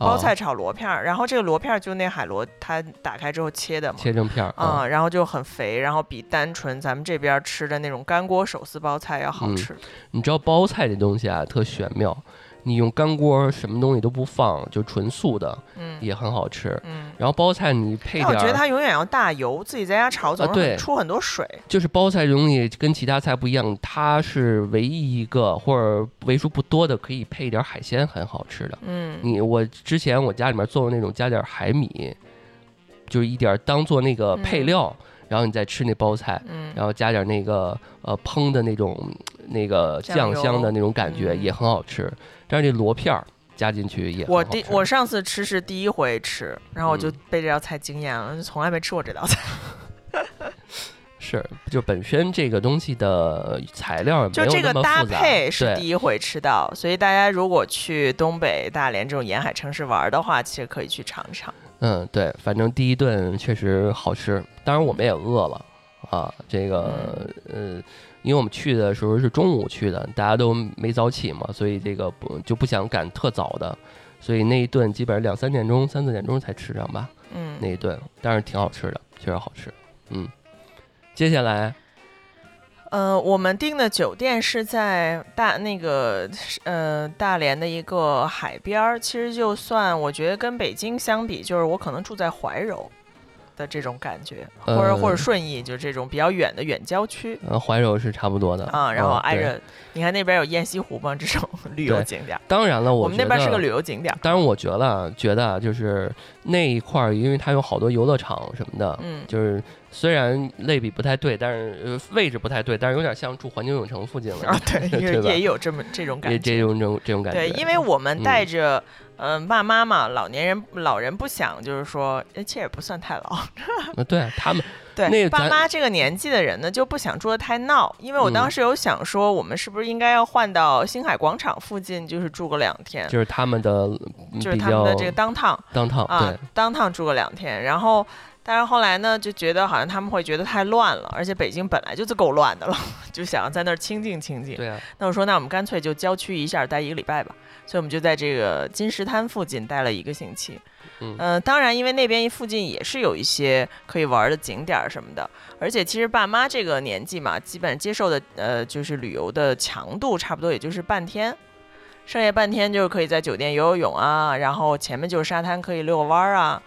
Speaker 2: 包
Speaker 3: 哦
Speaker 2: 菜炒螺片儿，然后这个螺片儿就那海螺，它打开之后切的嘛。
Speaker 3: 切成片儿
Speaker 2: 啊、，然后就很肥，然后比单纯咱们这边吃的那种干锅手撕包菜要好
Speaker 3: 嗯
Speaker 2: 吃。
Speaker 3: 你知道包菜这东西啊，特玄妙。你用干锅，什么东西都不放，就纯素的
Speaker 2: 嗯
Speaker 3: 也很好吃。
Speaker 2: 嗯，
Speaker 3: 然后包菜你配
Speaker 2: 但
Speaker 3: 点
Speaker 2: 我觉得
Speaker 3: 儿，啊
Speaker 2: 它永远要大油，自己在家炒总
Speaker 3: 对
Speaker 2: 是出很多水。
Speaker 3: 就是包菜这东西跟其他菜不一样，它是唯一一个或者为数不多的可以配点儿海鲜很好吃的。
Speaker 2: 嗯
Speaker 3: 你我之前我家里面做过那种加点儿海米，就是一点儿当做那个配
Speaker 2: 嗯
Speaker 3: 料，然后你再吃那包菜，
Speaker 2: 嗯
Speaker 3: 然后加点儿那个呃烹的那种那个
Speaker 2: 酱
Speaker 3: 酱香的
Speaker 2: 油
Speaker 3: 那种感觉
Speaker 2: 嗯
Speaker 3: 也很好吃，但是这螺片儿加进去也很
Speaker 2: 我
Speaker 3: 好
Speaker 2: 第
Speaker 3: 吃。
Speaker 2: 我上次吃是第一回吃，然后我就
Speaker 3: 嗯
Speaker 2: 被这道菜惊艳了，就从来没吃过这道菜。
Speaker 3: 是就本身这个东西的材料也
Speaker 2: 就
Speaker 3: 没有
Speaker 2: 这
Speaker 3: 那
Speaker 2: 个
Speaker 3: 么
Speaker 2: 搭
Speaker 3: 复杂
Speaker 2: 配是
Speaker 3: 对
Speaker 2: 第一回吃到，所以大家如果去东北、大连这种沿海城市玩的话，其实可以去尝尝。
Speaker 3: 嗯对，反正第一顿确实好吃，当然我们也饿了啊，这个呃。因为我们去的时候是中午去的，大家都没早起嘛，所以这个不就不想赶特早的，所以那一顿基本上两三点钟、三四点钟才吃上吧。
Speaker 2: 嗯，
Speaker 3: 那一顿，但是挺好吃的，确实好吃。嗯，接下来
Speaker 2: 呃，我们订的酒店是在大那个呃大连的一个海边儿，其实就算我觉得跟北京相比，就是我可能住在怀柔的这种感觉，或者、或者
Speaker 3: 呃
Speaker 2: 顺义，就是这种比较远的远郊区。
Speaker 3: 呃，怀柔是差不多的
Speaker 2: 啊，然后挨。
Speaker 3: 哦对
Speaker 2: 着，你看那边有雁西湖嘛，这种
Speaker 3: [LAUGHS]
Speaker 2: 旅游
Speaker 3: 对
Speaker 2: 景点儿。
Speaker 3: 当然了，
Speaker 2: 我
Speaker 3: 我
Speaker 2: 们那边是个旅
Speaker 3: 游。
Speaker 2: 游景点儿。
Speaker 3: 当然，我觉得啊觉得啊就是那一块儿，因为它有好多游乐场什么的，
Speaker 2: 嗯，
Speaker 3: 就是虽然类比不太对，但是、呃、位置不太对，但是有点像住环球影城附近
Speaker 2: [LAUGHS]
Speaker 3: 了，
Speaker 2: 啊，对，也
Speaker 3: [LAUGHS] 对吧
Speaker 2: 也有这么这种感
Speaker 3: 这
Speaker 2: 觉。
Speaker 3: 这种这种这种感觉。
Speaker 2: 对，因为我们
Speaker 3: 嗯
Speaker 2: 带着、呃爸妈嘛，老年人老人不想，就是说，呃其实也不算太老，
Speaker 3: 呃对他
Speaker 2: [LAUGHS]
Speaker 3: 们
Speaker 2: 对，
Speaker 3: 那
Speaker 2: 爸
Speaker 3: 咱
Speaker 2: 妈这个年纪的人呢，就不想住的太闹。因为我
Speaker 3: 嗯
Speaker 2: 当时有想说，我们是不是应该要换到星海广场附近，就是住个两天，
Speaker 3: 就是他们的嗯
Speaker 2: 就是
Speaker 3: 比
Speaker 2: 他们
Speaker 3: 较
Speaker 2: 的这个当趟
Speaker 3: 当趟
Speaker 2: 啊
Speaker 3: 对，
Speaker 2: 当趟住个两天，然后。但是后来呢，就觉得好像他们会觉得太乱了，而且北京本来就是够乱的了， [LAUGHS] 就想要在那儿清静清静。
Speaker 3: 对啊，
Speaker 2: 那我说，那我们干脆就郊区一下待一个礼拜吧。所以我们就在这个金石滩附近待了一个星期。
Speaker 3: 嗯
Speaker 2: 呃当然，因为那边附近也是有一些可以玩的景点儿什么的，而且其实爸妈这个年纪嘛，基本接受的呃就是旅游的强度差不多也就是半天，剩下半天就是可以在酒店游游泳啊，然后前面就是沙滩可以遛个弯儿啊，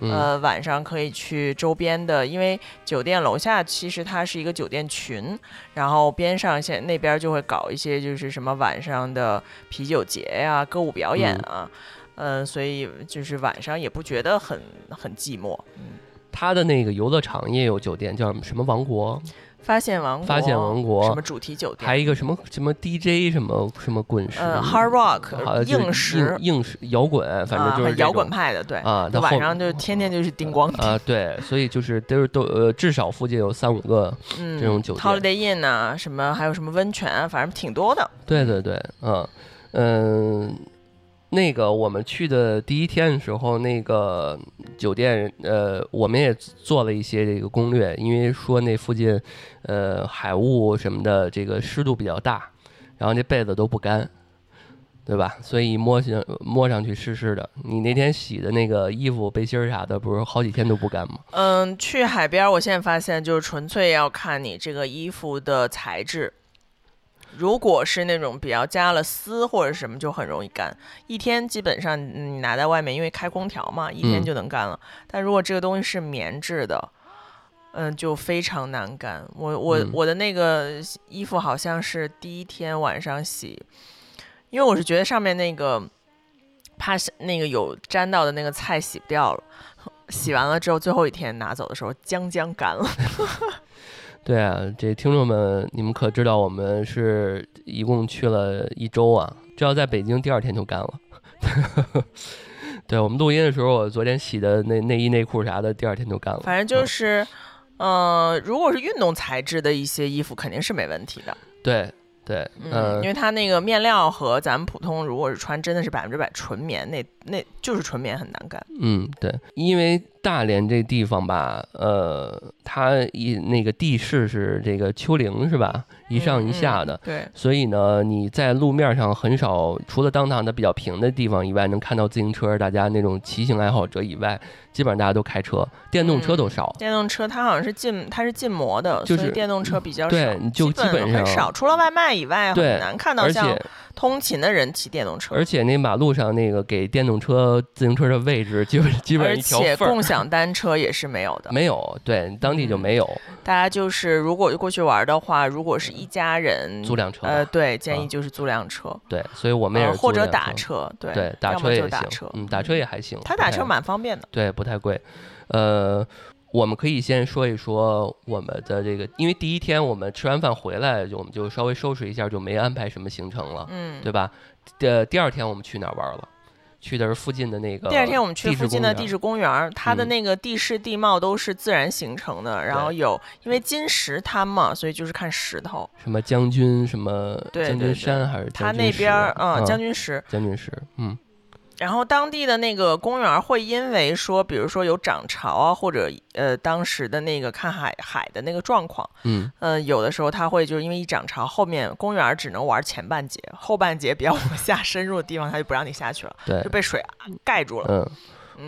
Speaker 3: 嗯、
Speaker 2: 呃，晚上可以去周边的，因为酒店楼下其实它是一个酒店群，然后边上现那边就会搞一些就是什么晚上的啤酒节呀、歌舞表演啊，嗯、所以就是晚上也不觉得很很寂寞。
Speaker 3: 他的那个游乐场也有酒店，叫什么王国，
Speaker 2: 发现王国，
Speaker 3: 发现王
Speaker 2: 什
Speaker 3: 国
Speaker 2: 么，主题酒
Speaker 3: 还
Speaker 2: 店，
Speaker 3: 有一个什么什么 DJ 什么什么滚石，
Speaker 2: 呃，Hard
Speaker 3: 好
Speaker 2: Rock
Speaker 3: 像就是
Speaker 2: 硬石，
Speaker 3: 硬硬石摇滚，反正
Speaker 2: 啊
Speaker 3: 就是这种、
Speaker 2: 很摇滚派的，对，
Speaker 3: 啊。
Speaker 2: 就
Speaker 3: 到
Speaker 2: 晚
Speaker 3: 后
Speaker 2: 上就天天就是叮咣，
Speaker 3: 啊，对，所以就是都是都呃，至少附近有三五个，
Speaker 2: 嗯
Speaker 3: 这种酒店
Speaker 2: ，Holiday Inn 啊，什么还有什么温泉啊，反正挺多的，
Speaker 3: 对对对，嗯嗯。那个我们去的第一天的时候，那个酒店，呃，我们也做了一些这个攻略，因为说那附近，呃，海雾什么的，这个湿度比较大，然后这被子都不干，对吧？所以摸上摸上去湿湿的。你那天洗的那个衣服、背心儿啥的，不是好几天都不干吗？
Speaker 2: 嗯，去海边，我现在发现就是纯粹要看你这个衣服的材质。如果是那种比较加了丝或者什么，就很容易干。一天基本上你拿在外面，因为开空调嘛，一天
Speaker 3: 嗯
Speaker 2: 就能干了。但如果这个东西是棉质的，嗯，就非常难干。我我、
Speaker 3: 嗯
Speaker 2: 我的那个衣服好像是第一天晚上洗，因为我是觉得上面那个怕是那个有沾到的那个菜洗不掉了。洗完了之后，最后一天拿走的时候，将将干
Speaker 3: [LAUGHS]
Speaker 2: 了。
Speaker 3: 对啊，这听众们，你们可知道我们是一共去了一周啊？这要在北京第二天就干了。 [LAUGHS] 对我们录音的时候，我昨天洗的那内衣内裤啥的，第二天就干了。
Speaker 2: 反正
Speaker 3: 嗯
Speaker 2: 就是，呃，如果是运动材质的一些衣服，肯定是没问题的。
Speaker 3: 对对，
Speaker 2: 嗯，因
Speaker 3: 嗯
Speaker 2: 为它那个面料和咱们普通如果是穿真的是百分之百纯棉，那那就是纯棉很难干。
Speaker 3: 嗯，对，因为大连这地方吧，呃，它一那个地势是这个丘陵是吧，一
Speaker 2: 嗯
Speaker 3: 上一下的。
Speaker 2: 对，
Speaker 3: 所以呢，你在路面上很少，除了当趟的比较平的地方以外，能看到自行车。大家那种骑行爱好者以外，基本上大家都开车，电动车都少。
Speaker 2: 电动车它好像是禁，它是禁摩的，
Speaker 3: 就
Speaker 2: 所以
Speaker 3: 是
Speaker 2: 电动车比较少，
Speaker 3: 对你就
Speaker 2: 基
Speaker 3: 基本上
Speaker 2: 很少，除了外卖以外，
Speaker 3: 对
Speaker 2: 很难看到
Speaker 3: 而
Speaker 2: 像
Speaker 3: 且
Speaker 2: 通勤的人骑电动车。
Speaker 3: 而且那马路上那个给电动车、自行车的位置， [LAUGHS] 基本基本
Speaker 2: 而
Speaker 3: 上一条
Speaker 2: 且
Speaker 3: 缝儿
Speaker 2: 共享单车也是没有的，嗯
Speaker 3: 没有，对，当地就没有、
Speaker 2: 大家就是如果过去玩的话，如果是一家人
Speaker 3: 租辆车吧。
Speaker 2: 呃，对，建
Speaker 3: 啊
Speaker 2: 议就是租辆车，
Speaker 3: 对，所以我们也
Speaker 2: 呃
Speaker 3: 是、
Speaker 2: 或者打，车，对
Speaker 3: 对，打
Speaker 2: 要么
Speaker 3: 车
Speaker 2: 就
Speaker 3: 也
Speaker 2: 打
Speaker 3: 行，
Speaker 2: 车，
Speaker 3: 嗯，打车也还行。
Speaker 2: 他
Speaker 3: 不
Speaker 2: 打
Speaker 3: 太
Speaker 2: 车蛮方便的，
Speaker 3: 对，不太贵。呃，我们可以先说一说我们的这个，因为第一天我们吃完饭回来，就我们就稍微收拾一下，就没安排什么行程了，
Speaker 2: 嗯，
Speaker 3: 对吧？呃，第二天我们去哪儿玩了？去的是附近的那个。
Speaker 2: 第二天我们去
Speaker 3: 呃地质
Speaker 2: 附近
Speaker 3: 公
Speaker 2: 的
Speaker 3: 园
Speaker 2: 地质公园儿，它的
Speaker 3: 嗯
Speaker 2: 那个地势地貌都是自然形成的，然后
Speaker 3: 对
Speaker 2: 有因为金石滩嘛，所以就是看石头。
Speaker 3: 什么将军什么
Speaker 2: 对
Speaker 3: 将
Speaker 2: 对对
Speaker 3: 军山还是
Speaker 2: 它
Speaker 3: 将
Speaker 2: 那
Speaker 3: 军石
Speaker 2: 边儿，
Speaker 3: 啊
Speaker 2: 嗯，将军石，
Speaker 3: 将军石，嗯，
Speaker 2: 然后当地的那个公园儿会因为说，比如说有涨潮啊，或者呃当时的那个看海海的那个状况，
Speaker 3: 嗯，
Speaker 2: 嗯，有的时候它会就是因为一涨潮，后面公园儿只能玩前半节，后半节比较 [LAUGHS] 往下深入的地方，它就不让你下去了，
Speaker 3: 对
Speaker 2: 就，被水盖住了。
Speaker 3: 嗯，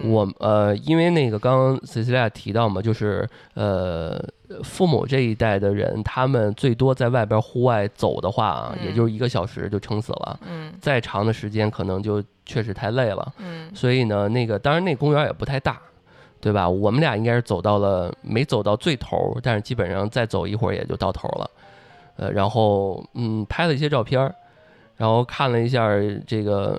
Speaker 2: 嗯，
Speaker 3: 我呃，因为那个刚刚 Cecilia 提到嘛，就是呃，父母这一代的人，他们最多在外边户外走的话啊，也
Speaker 2: 嗯
Speaker 3: 就是一个小时就撑死了，
Speaker 2: 嗯
Speaker 3: 再长的时间可能就确实太累了。
Speaker 2: 嗯，
Speaker 3: 所以呢，那个当然那公园也不太大，对吧？我们俩应该是走到了没走到最头，但是基本上再走一会儿也就到头了。呃，然后嗯，拍了一些照片儿，然后看了一下这个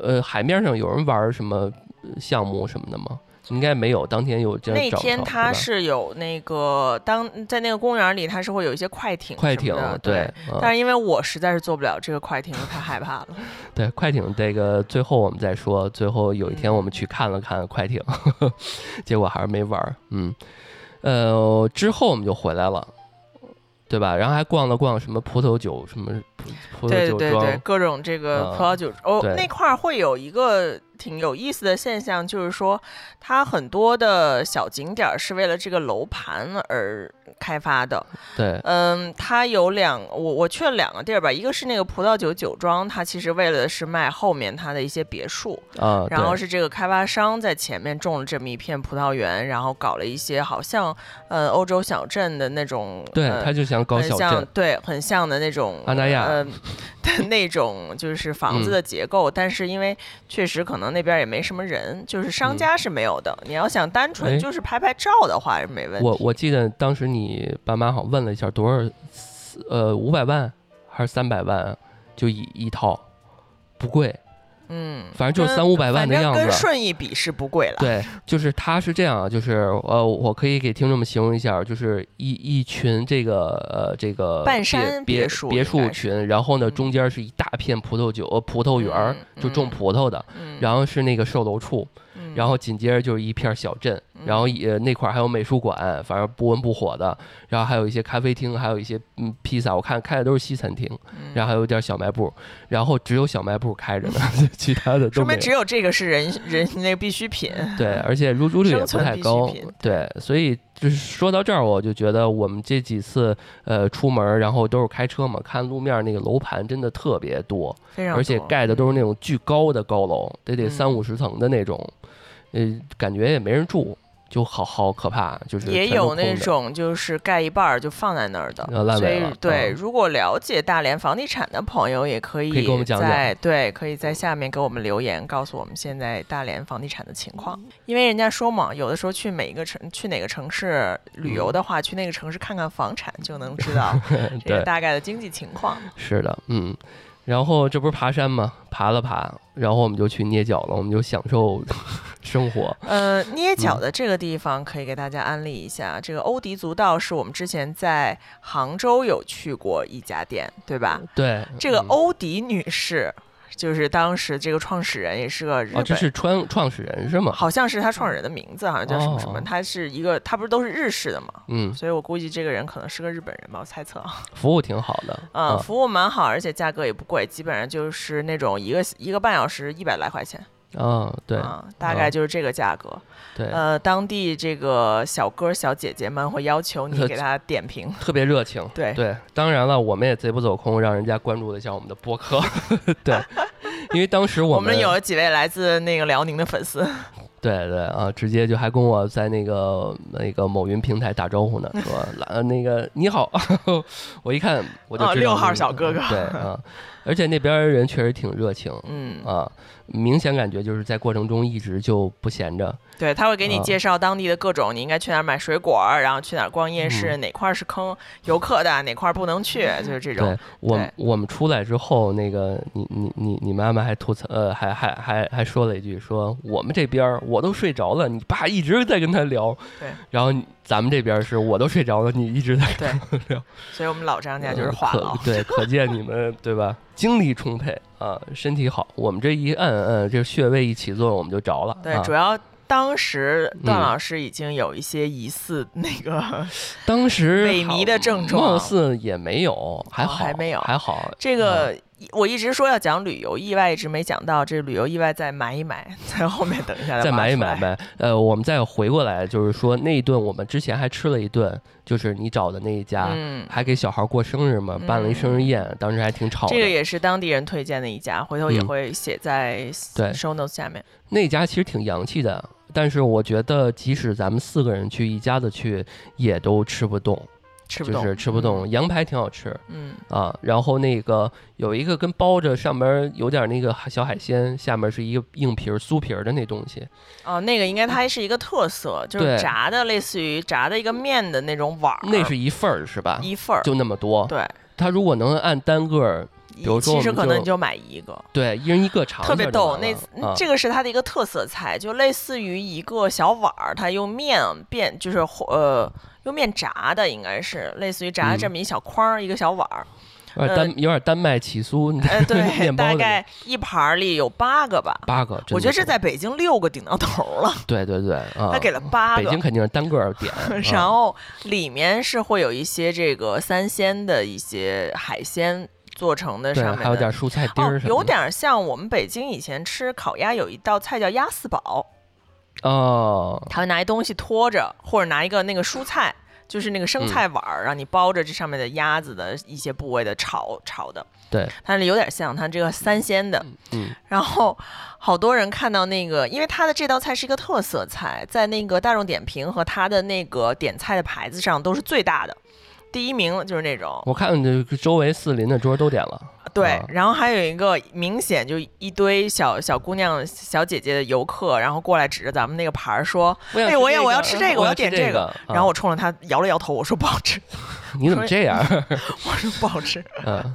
Speaker 3: 呃海面上有人玩什么呃项目什么的吗？应该没有，当天有这样
Speaker 2: 那
Speaker 3: 找不
Speaker 2: 天
Speaker 3: 着
Speaker 2: 它
Speaker 3: 吧
Speaker 2: 是有那个当在那个公园儿里，它是会有一些快艇
Speaker 3: 快
Speaker 2: 什么
Speaker 3: 艇
Speaker 2: 的，
Speaker 3: 对，嗯
Speaker 2: 但是因为我实在是做不了这个快艇，我太害怕了。
Speaker 3: 对，快艇这个最后我们再说。最后有一天我们去看了看快艇， [LAUGHS] 结果还是没玩儿。嗯，呃，之后我们就回来了，对吧？然后还逛了逛什么葡萄酒，什么葡葡萄
Speaker 2: 对
Speaker 3: 酒
Speaker 2: 对
Speaker 3: 庄，
Speaker 2: 对，各种这个
Speaker 3: 嗯
Speaker 2: 葡萄酒、哦
Speaker 3: 对，
Speaker 2: 那块儿会有一个挺有意思的现象，就是说它很多的小景点儿是为了这个楼盘而开发的。
Speaker 3: 对
Speaker 2: 嗯，它有两，我我去了两个地儿吧，一个是那个葡萄酒酒庄，它其实为了是卖后面它的一些别墅，
Speaker 3: 啊，
Speaker 2: 然后
Speaker 3: 对
Speaker 2: 是这个开发商在前面种了这么一片葡萄园，然后搞了一些好像呃欧洲小镇的那种，
Speaker 3: 对，
Speaker 2: 呃
Speaker 3: 他就想搞
Speaker 2: 很
Speaker 3: 小
Speaker 2: 像
Speaker 3: 镇，
Speaker 2: 对，很像的那种
Speaker 3: 阿那亚嗯
Speaker 2: 呃
Speaker 3: [LAUGHS]
Speaker 2: 的那种就是房子的结构，但是因为确实可能那边也没什么人，就是
Speaker 3: 嗯
Speaker 2: 商家是没有的。你要想单
Speaker 3: 哎
Speaker 2: 纯就是拍拍照的话是没问题。
Speaker 3: 我我记得当时你爸妈好像问了一下多少，四呃，五百万还是三百万啊，就一一套，不贵，
Speaker 2: 嗯，
Speaker 3: 反正就
Speaker 2: 跟
Speaker 3: 三五百万的
Speaker 2: 反
Speaker 3: 样
Speaker 2: 正
Speaker 3: 子。
Speaker 2: 跟顺义比是不贵了。
Speaker 3: 对，就是他是这样啊，就是呃，我可以给听众们形容一下，就是一一群这个呃这个
Speaker 2: 半山
Speaker 3: 别
Speaker 2: 别墅
Speaker 3: 别
Speaker 2: 应
Speaker 3: 墅
Speaker 2: 该是
Speaker 3: 群，然后呢
Speaker 2: 嗯
Speaker 3: 中间是一大片葡萄酒、呃葡萄园儿，
Speaker 2: 嗯
Speaker 3: 就种
Speaker 2: 嗯
Speaker 3: 葡萄的，
Speaker 2: 嗯，
Speaker 3: 然后是那个售楼处，
Speaker 2: 嗯
Speaker 3: 然后紧接着就是一片小镇，然后也那块儿还有美术馆，反正不温不火的，然后还有一些咖啡厅，还有一些嗯披萨，我看开的都是西餐厅，
Speaker 2: 嗯
Speaker 3: 然后还有点小卖部，然后只有小卖部开着呢， [LAUGHS] 其他的都
Speaker 2: 说
Speaker 3: 没嗯
Speaker 2: 明
Speaker 3: 有
Speaker 2: 只。有这个是人人那个必需品。 [LAUGHS]
Speaker 3: 对，而且入住率也
Speaker 2: 生
Speaker 3: 不
Speaker 2: 存
Speaker 3: 太
Speaker 2: 必需
Speaker 3: 高
Speaker 2: 品，
Speaker 3: 对，所以就是说到这儿，我就觉得我们这几次呃出门儿，然后都是开车嘛，看路面儿那个楼盘真的特别多，
Speaker 2: 非常多，
Speaker 3: 而且盖的都是那种巨高的高楼，得得
Speaker 2: 嗯
Speaker 3: 三五十层的那种，呃，感觉也没人住，就好好可怕，就是
Speaker 2: 也
Speaker 3: 全都
Speaker 2: 有
Speaker 3: 空
Speaker 2: 那
Speaker 3: 着 [LAUGHS]
Speaker 2: 种就是盖一半儿就放在那儿的
Speaker 3: 呃烂，
Speaker 2: 所
Speaker 3: 尾
Speaker 2: 以
Speaker 3: 了
Speaker 2: 对，
Speaker 3: 嗯
Speaker 2: 如果了解大连房地产的朋友，也可以
Speaker 3: 可以给我们讲讲
Speaker 2: 在对，可以在下面给我们留言，告诉我们现在大连房地产的情况。因为人家说嘛，有的时候去每一个城去哪个城市旅游的话，去那个城市看看房产，就能知
Speaker 3: [LAUGHS]
Speaker 2: 道这
Speaker 3: 对
Speaker 2: 个大概的经济情况。
Speaker 3: 是的，嗯。然后这不是爬山吗？爬了爬，然后我们就去捏脚了，我们就享受 [LAUGHS] 生活。
Speaker 2: 呃，捏脚的这个地方可以给大家安利一下，这个欧迪足道是我们之前在杭州有去过一家店，对吧？
Speaker 3: 对，
Speaker 2: 这个
Speaker 3: 嗯
Speaker 2: 欧迪女士就是当时这个创始人也是个日
Speaker 3: 哦，
Speaker 2: 本，
Speaker 3: 这是创创始人是吗？
Speaker 2: 好像是他创始人的名字，好像叫什么什么，
Speaker 3: 哦
Speaker 2: 他是一个，他不是都是日式的嘛，
Speaker 3: 嗯，
Speaker 2: 所以我估计这个人可能是个日本人吧，我猜测啊。
Speaker 3: 服务挺好的
Speaker 2: 嗯，
Speaker 3: 啊
Speaker 2: 服务蛮好，而且价格也不贵，基本上就是那种一个一个半小时一百来块钱，
Speaker 3: 啊，对
Speaker 2: 啊，大
Speaker 3: 啊
Speaker 2: 概就是这个价格。
Speaker 3: 对，
Speaker 2: 呃，当地这个小哥小姐姐们会要求你
Speaker 3: [LAUGHS] 呃
Speaker 2: 给他点评，
Speaker 3: 特别热情。
Speaker 2: 对
Speaker 3: 对，当然了，我们也贼不走空，让人家关注了一下我们的播
Speaker 2: [LAUGHS]
Speaker 3: 客。对，因为当时
Speaker 2: 我
Speaker 3: 我们
Speaker 2: 们有几位来自那个辽宁的粉丝，
Speaker 3: 对对啊，直接就还跟我在那个那个某云平台打招呼
Speaker 2: [LAUGHS]
Speaker 3: 呢，说来那个你好， [LAUGHS] 我一看我就
Speaker 2: 哦
Speaker 3: 知道
Speaker 2: 六
Speaker 3: 你
Speaker 2: 号小哥哥
Speaker 3: 对啊，而且那边儿人确实挺热情
Speaker 2: 嗯，
Speaker 3: 啊，明显感觉就是在过程中一直就不闲着，
Speaker 2: 对，他会给你
Speaker 3: 啊
Speaker 2: 介绍当地的各种，你应该去哪儿买水果儿，然后去哪儿逛夜市，
Speaker 3: 嗯
Speaker 2: 哪块儿是坑游客的，哪块儿不能去，就是这种
Speaker 3: 对。我
Speaker 2: 对
Speaker 3: 我们出来之后，那个你你你你妈妈还吐槽，呃，还还还还说了一句，说我们这边儿我都睡着了，你爸一直在跟他聊。
Speaker 2: 对，
Speaker 3: 然后你咱们这边儿是我都睡着了，你一直在
Speaker 2: 对，所以我们老张
Speaker 3: [LAUGHS]
Speaker 2: 家就是话痨
Speaker 3: 呃可。对，可见你们对吧？精力充沛啊，身体好。我们这一摁摁，这穴位一起作用，我们就着了。
Speaker 2: 对，
Speaker 3: 啊
Speaker 2: 主要当时段
Speaker 3: 嗯
Speaker 2: 老师已经有一些疑似那个
Speaker 3: 当时
Speaker 2: 萎靡的
Speaker 3: 好
Speaker 2: 症状
Speaker 3: 貌似也没有，还
Speaker 2: 哦
Speaker 3: 好，
Speaker 2: 还没有
Speaker 3: 还好。
Speaker 2: 这
Speaker 3: 啊
Speaker 2: 个。我一直说要讲旅游意外，一直没讲到。这旅游意外再埋一埋， [LAUGHS] 在后面等一下
Speaker 3: 再
Speaker 2: 挖
Speaker 3: 买一
Speaker 2: 出来
Speaker 3: 买。呗。呃，我们再回过来，就是说那一顿我们之前还吃了一顿，就是你找的那一家，
Speaker 2: 嗯，
Speaker 3: 还给小孩过生日嘛，办了一生日宴，当时还挺吵的。
Speaker 2: 这个也是当地人推荐的一家，回头也
Speaker 3: 嗯
Speaker 2: 会写在
Speaker 3: 对
Speaker 2: show notes 下面。
Speaker 3: 那家其实挺洋气的，但是我觉得即使咱们四个人去一家子去，也都吃不动，
Speaker 2: 吃不
Speaker 3: 就
Speaker 2: 动，
Speaker 3: 是吃不动。羊排挺好吃
Speaker 2: 嗯。
Speaker 3: 啊，然后那个有一个跟包着上面有点那个小海鲜，下面是一个硬皮儿酥皮儿的那东西，
Speaker 2: 哦，那个应该它是一个特色，就是
Speaker 3: 对
Speaker 2: 炸的，类似于炸的一个面的那种碗儿，
Speaker 3: 那是一份儿是吧？
Speaker 2: 啊一份儿，
Speaker 3: 就那么多，
Speaker 2: 对，
Speaker 3: 它如果能按单个儿比如
Speaker 2: 一
Speaker 3: 说
Speaker 2: 其
Speaker 3: 我
Speaker 2: 实
Speaker 3: 们
Speaker 2: 可能
Speaker 3: 就
Speaker 2: 你就买一个，
Speaker 3: 对，一人一个尝一下
Speaker 2: 特
Speaker 3: 就完
Speaker 2: 别
Speaker 3: 了，
Speaker 2: 逗。那
Speaker 3: 啊
Speaker 2: 这个是它的一个特色菜，就类似于一个小碗儿，它用面变就是呃用面炸的，应该是类似于炸的这
Speaker 3: 嗯
Speaker 2: 么一小筐儿，一个小碗儿。
Speaker 3: 有点
Speaker 2: 呃
Speaker 3: 丹有点丹麦起酥，
Speaker 2: 呃，
Speaker 3: [LAUGHS]
Speaker 2: 对，
Speaker 3: 面包
Speaker 2: 大
Speaker 3: 的
Speaker 2: 概一盘儿里有八个吧。
Speaker 3: 八个，真
Speaker 2: 我觉得这
Speaker 3: 的是
Speaker 2: 在北京六个顶到头儿了，
Speaker 3: 对对对啊，
Speaker 2: 他给了八
Speaker 3: 北
Speaker 2: 个，
Speaker 3: 京。肯定是单个儿点 [LAUGHS] 啊
Speaker 2: 然后里面是会有一些这个三鲜的一些海鲜做成
Speaker 3: 啊
Speaker 2: 的
Speaker 3: 对，
Speaker 2: 上面
Speaker 3: 还有
Speaker 2: 的
Speaker 3: 点蔬菜丁
Speaker 2: 哦
Speaker 3: 儿，什么的，
Speaker 2: 有点像我们北京以前吃烤鸭有一道菜叫鸭四宝，
Speaker 3: 哦，
Speaker 2: 他会拿一东西托着，或者拿一个那个蔬菜，就是那个生菜碗儿，让你包着这上面的鸭子的一些部位的炒炒的，
Speaker 3: 对，
Speaker 2: 它有点像它这个三鲜的。
Speaker 3: 嗯，
Speaker 2: 然后好多人看到那个，因为它的这道菜是一个特色菜，在那个大众点评和它的那个点菜的牌子上都是最大的。第一名就是那种
Speaker 3: 我看这个周围四邻的桌都点了，
Speaker 2: 对
Speaker 3: 啊，
Speaker 2: 然后还有一个明显就一堆小小姑娘、小姐姐的游客，然后过来指着咱们那个牌儿说，
Speaker 3: 我想
Speaker 2: 哎
Speaker 3: 吃
Speaker 2: 我也
Speaker 3: 这
Speaker 2: 我要
Speaker 3: 个
Speaker 2: 吃
Speaker 3: 嗯
Speaker 2: 这个
Speaker 3: 我
Speaker 2: 我要
Speaker 3: 要
Speaker 2: 点
Speaker 3: 吃这
Speaker 2: 这个
Speaker 3: 个，
Speaker 2: 然后我冲着她摇了摇头，我说不好吃，
Speaker 3: 啊你怎么
Speaker 2: 说
Speaker 3: 这样儿？ [LAUGHS]
Speaker 2: 我说不好吃，
Speaker 3: 嗯，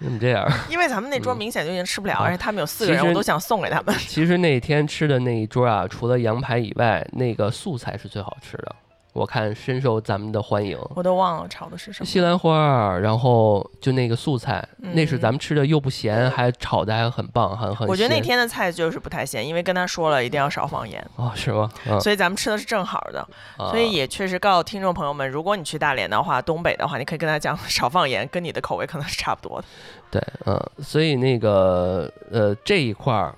Speaker 3: 你怎么这样儿？ [LAUGHS]
Speaker 2: 因为咱们那桌明显就已经吃不了，而且他们有四个人，
Speaker 3: 嗯其实
Speaker 2: 我都想送给他们。
Speaker 3: 其实那天吃的那一桌啊，除了羊排以外，那个素菜是最好吃的，我看深受咱们的欢迎。
Speaker 2: 我都忘了炒的是什么，
Speaker 3: 西兰花儿，然后就那个素菜，那是
Speaker 2: 嗯
Speaker 3: 咱们吃的又不咸，还炒的还很棒，很很鲜。
Speaker 2: 我觉得那天的菜就是不太咸，因为跟他说了一定要少放盐，
Speaker 3: 哦，是吗？嗯，
Speaker 2: 所以咱们吃的是正好的。所以
Speaker 3: 啊
Speaker 2: 也确实告诉听众朋友们，如果你去大连的话，东北的话，你可以跟他讲 [LAUGHS] 少放盐，跟你的口味可能是差不多的。
Speaker 3: 对，嗯，所以那个呃这一块儿，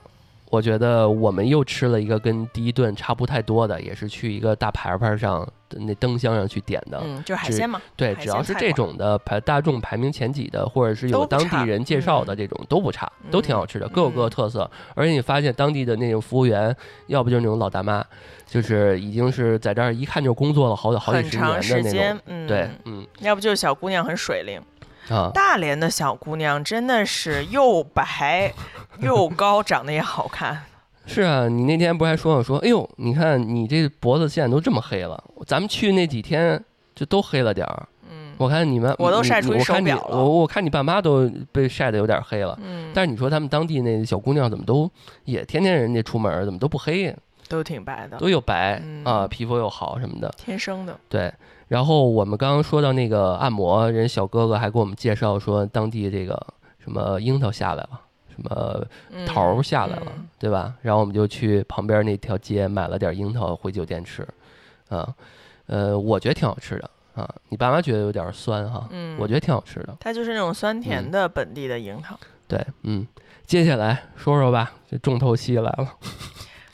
Speaker 3: 我觉得我们又吃了一个跟第一顿差不太多的，也是去一个大牌牌上的那灯箱上去点的。
Speaker 2: 嗯，就是海
Speaker 3: 只
Speaker 2: 鲜嘛。
Speaker 3: 对，
Speaker 2: 海
Speaker 3: 只要
Speaker 2: 鲜
Speaker 3: 是
Speaker 2: 菜
Speaker 3: 这
Speaker 2: 馆
Speaker 3: 种的排大众排名前几的，或者是有
Speaker 2: 都不
Speaker 3: 当
Speaker 2: 差
Speaker 3: 地人介绍的这种都不差，都挺好吃的，各有各的
Speaker 2: 嗯
Speaker 3: 特色。而且你发现当地的那种服务员，要不就是那种老大妈，就是已经是在这儿一看就工作了好好
Speaker 2: 很
Speaker 3: 几十
Speaker 2: 长
Speaker 3: 年
Speaker 2: 时
Speaker 3: 的那
Speaker 2: 间
Speaker 3: 种。，
Speaker 2: 嗯，
Speaker 3: 对，嗯
Speaker 2: 要不就是小姑娘很水灵。
Speaker 3: 啊，
Speaker 2: 大连的小姑娘真的是又白
Speaker 3: [LAUGHS]
Speaker 2: 又高，长得也好看。
Speaker 3: 是啊，你那天不还说我说，哎呦，你看你这脖子现在都这么黑了，咱们去那几天就都黑了点儿。
Speaker 2: 嗯
Speaker 3: 我看你们，
Speaker 2: 我都
Speaker 3: 你
Speaker 2: 晒出
Speaker 3: 你
Speaker 2: 一
Speaker 3: 我看
Speaker 2: 手
Speaker 3: 你
Speaker 2: 表了
Speaker 3: 我我看你爸妈都被晒得有点黑了。
Speaker 2: 嗯，
Speaker 3: 但是你说他们当地那小姑娘怎么都也天天人家出门儿怎么都不黑呀，
Speaker 2: 都挺白的，
Speaker 3: 都又白
Speaker 2: 啊嗯
Speaker 3: 啊，皮肤又好什么的。
Speaker 2: 天生的。
Speaker 3: 对，然后我们刚刚说到那个按摩，人小哥哥还给我们介绍说当地这个什么樱桃下来了，什么
Speaker 2: 嗯
Speaker 3: 桃儿下来了，
Speaker 2: 嗯
Speaker 3: 对吧？然后我们就去旁边那条街买了点樱桃回酒店吃，啊，呃，我觉得挺好吃的啊。你爸妈觉得有点酸哈，
Speaker 2: 嗯
Speaker 3: 我觉得嗯挺好吃的。
Speaker 2: 它就是那种酸甜的本地的樱桃。
Speaker 3: 对，嗯，接下来说说吧，这重头戏来了。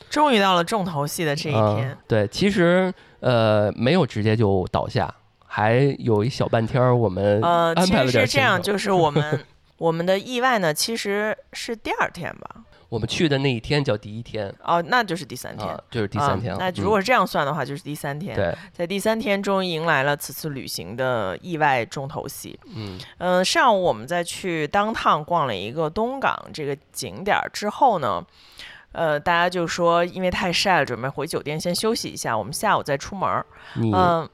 Speaker 2: 终于到了重头戏的这一天
Speaker 3: 啊，对，其实呃没有直接就倒下，还有一小半天儿我们
Speaker 2: 呃，
Speaker 3: 安
Speaker 2: 其
Speaker 3: 排
Speaker 2: 实
Speaker 3: 了点
Speaker 2: 是这
Speaker 3: 行
Speaker 2: 样，
Speaker 3: 程。
Speaker 2: 就是我
Speaker 3: [LAUGHS]
Speaker 2: 们我们的意外呢，其实是第二天吧？
Speaker 3: 我们去的那一天叫第一天
Speaker 2: 哦，那就是第三天。
Speaker 3: 啊，就是第三天
Speaker 2: 啊
Speaker 3: 了。
Speaker 2: 那
Speaker 3: 嗯
Speaker 2: 如果是这样算的话，就是第三天。
Speaker 3: 对，
Speaker 2: 在第三天终于迎来了此次旅行的意外重头戏。
Speaker 3: 嗯
Speaker 2: 嗯、上午我们在去当趟逛了一个东港这个景点儿之后呢，呃，大家就说因为太晒了，准备回酒店先休息一下，我们下午再出门儿。
Speaker 3: 你
Speaker 2: 嗯、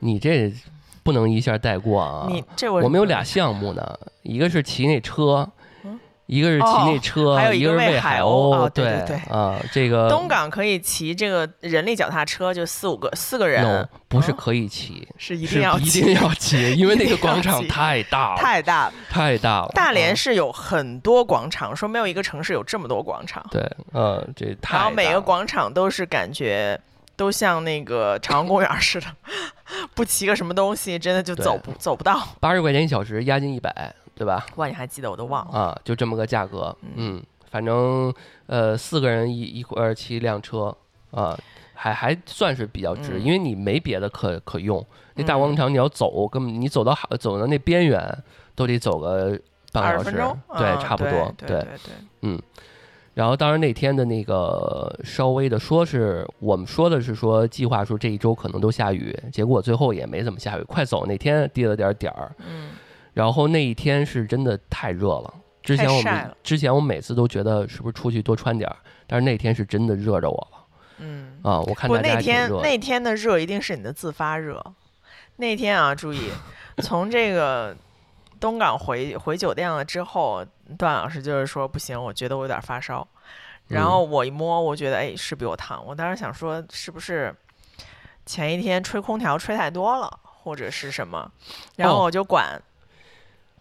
Speaker 3: 你这不能一下带过啊！
Speaker 2: 你这我
Speaker 3: 我们有俩项目呢，一个是骑那车
Speaker 2: 嗯，
Speaker 3: 一个是骑那车，
Speaker 2: 哦还有一
Speaker 3: 一
Speaker 2: 个
Speaker 3: 个是
Speaker 2: 喂海
Speaker 3: 海
Speaker 2: 鸥哦对
Speaker 3: 对
Speaker 2: 对对
Speaker 3: 啊，这个
Speaker 2: 东港可以骑这个人力脚踏车，就四五个四个人
Speaker 3: no 不是
Speaker 2: 啊
Speaker 3: 可以骑，
Speaker 2: 是一
Speaker 3: 是
Speaker 2: 定要
Speaker 3: 一
Speaker 2: 骑，
Speaker 3: 定要骑，因为
Speaker 2: 一
Speaker 3: 那
Speaker 2: 定
Speaker 3: 个
Speaker 2: 要
Speaker 3: 广场
Speaker 2: 骑
Speaker 3: 太大了，
Speaker 2: [LAUGHS] 太
Speaker 3: [LAUGHS]
Speaker 2: 大了。
Speaker 3: 太大了。
Speaker 2: 大
Speaker 3: 啊
Speaker 2: 连是有很多广场，说没有一个城市有这么多广场，
Speaker 3: 对，嗯，这太
Speaker 2: 然后每
Speaker 3: 大
Speaker 2: 个
Speaker 3: 了
Speaker 2: 广场都是感觉都像那个朝阳公园似的， [LAUGHS] 不骑个什么东西，真的就走不走不到。
Speaker 3: 八十块钱一小时，押金一百，对吧？
Speaker 2: 哇，你还记得我都忘了。
Speaker 3: 啊，就这么个价格，嗯，反正呃四个人一一块儿骑一辆车啊，还还算是比较值，
Speaker 2: 嗯
Speaker 3: 因为你没别的可可用。那大
Speaker 2: 嗯
Speaker 3: 广场你要走，根本你走到海走到那边缘都得走个半
Speaker 2: 二十
Speaker 3: 个小
Speaker 2: 分
Speaker 3: 时
Speaker 2: 钟，，
Speaker 3: 对，
Speaker 2: 嗯
Speaker 3: 差不多，
Speaker 2: 对对对，
Speaker 3: 然后，当然那天的那个稍微的说是我们说的是说计划说这一周可能都下雨，结果最后也没怎么下雨。快走那天滴了点儿点儿，
Speaker 2: 嗯，
Speaker 3: 然后那一天是真的太热了。之前我
Speaker 2: 太晒
Speaker 3: 们
Speaker 2: 了
Speaker 3: 之前我每次都觉得是不是出去多穿点儿，但是那天是真的热着我了
Speaker 2: 嗯，
Speaker 3: 啊！我看
Speaker 2: 不，
Speaker 3: 大家
Speaker 2: 那
Speaker 3: 还挺
Speaker 2: 天
Speaker 3: 热的，
Speaker 2: 那天的热一定是你的自发热。那天啊，注
Speaker 3: [LAUGHS]
Speaker 2: 意，从这个东港回回酒店了之后，段老师就是说不行，我觉得我有点发烧。然后
Speaker 3: 嗯
Speaker 2: 我一摸，我觉得哎，是比我烫。我当时想说，是不是前一天吹空调吹太多了，或者是什么？然后
Speaker 3: 哦
Speaker 2: 我就管，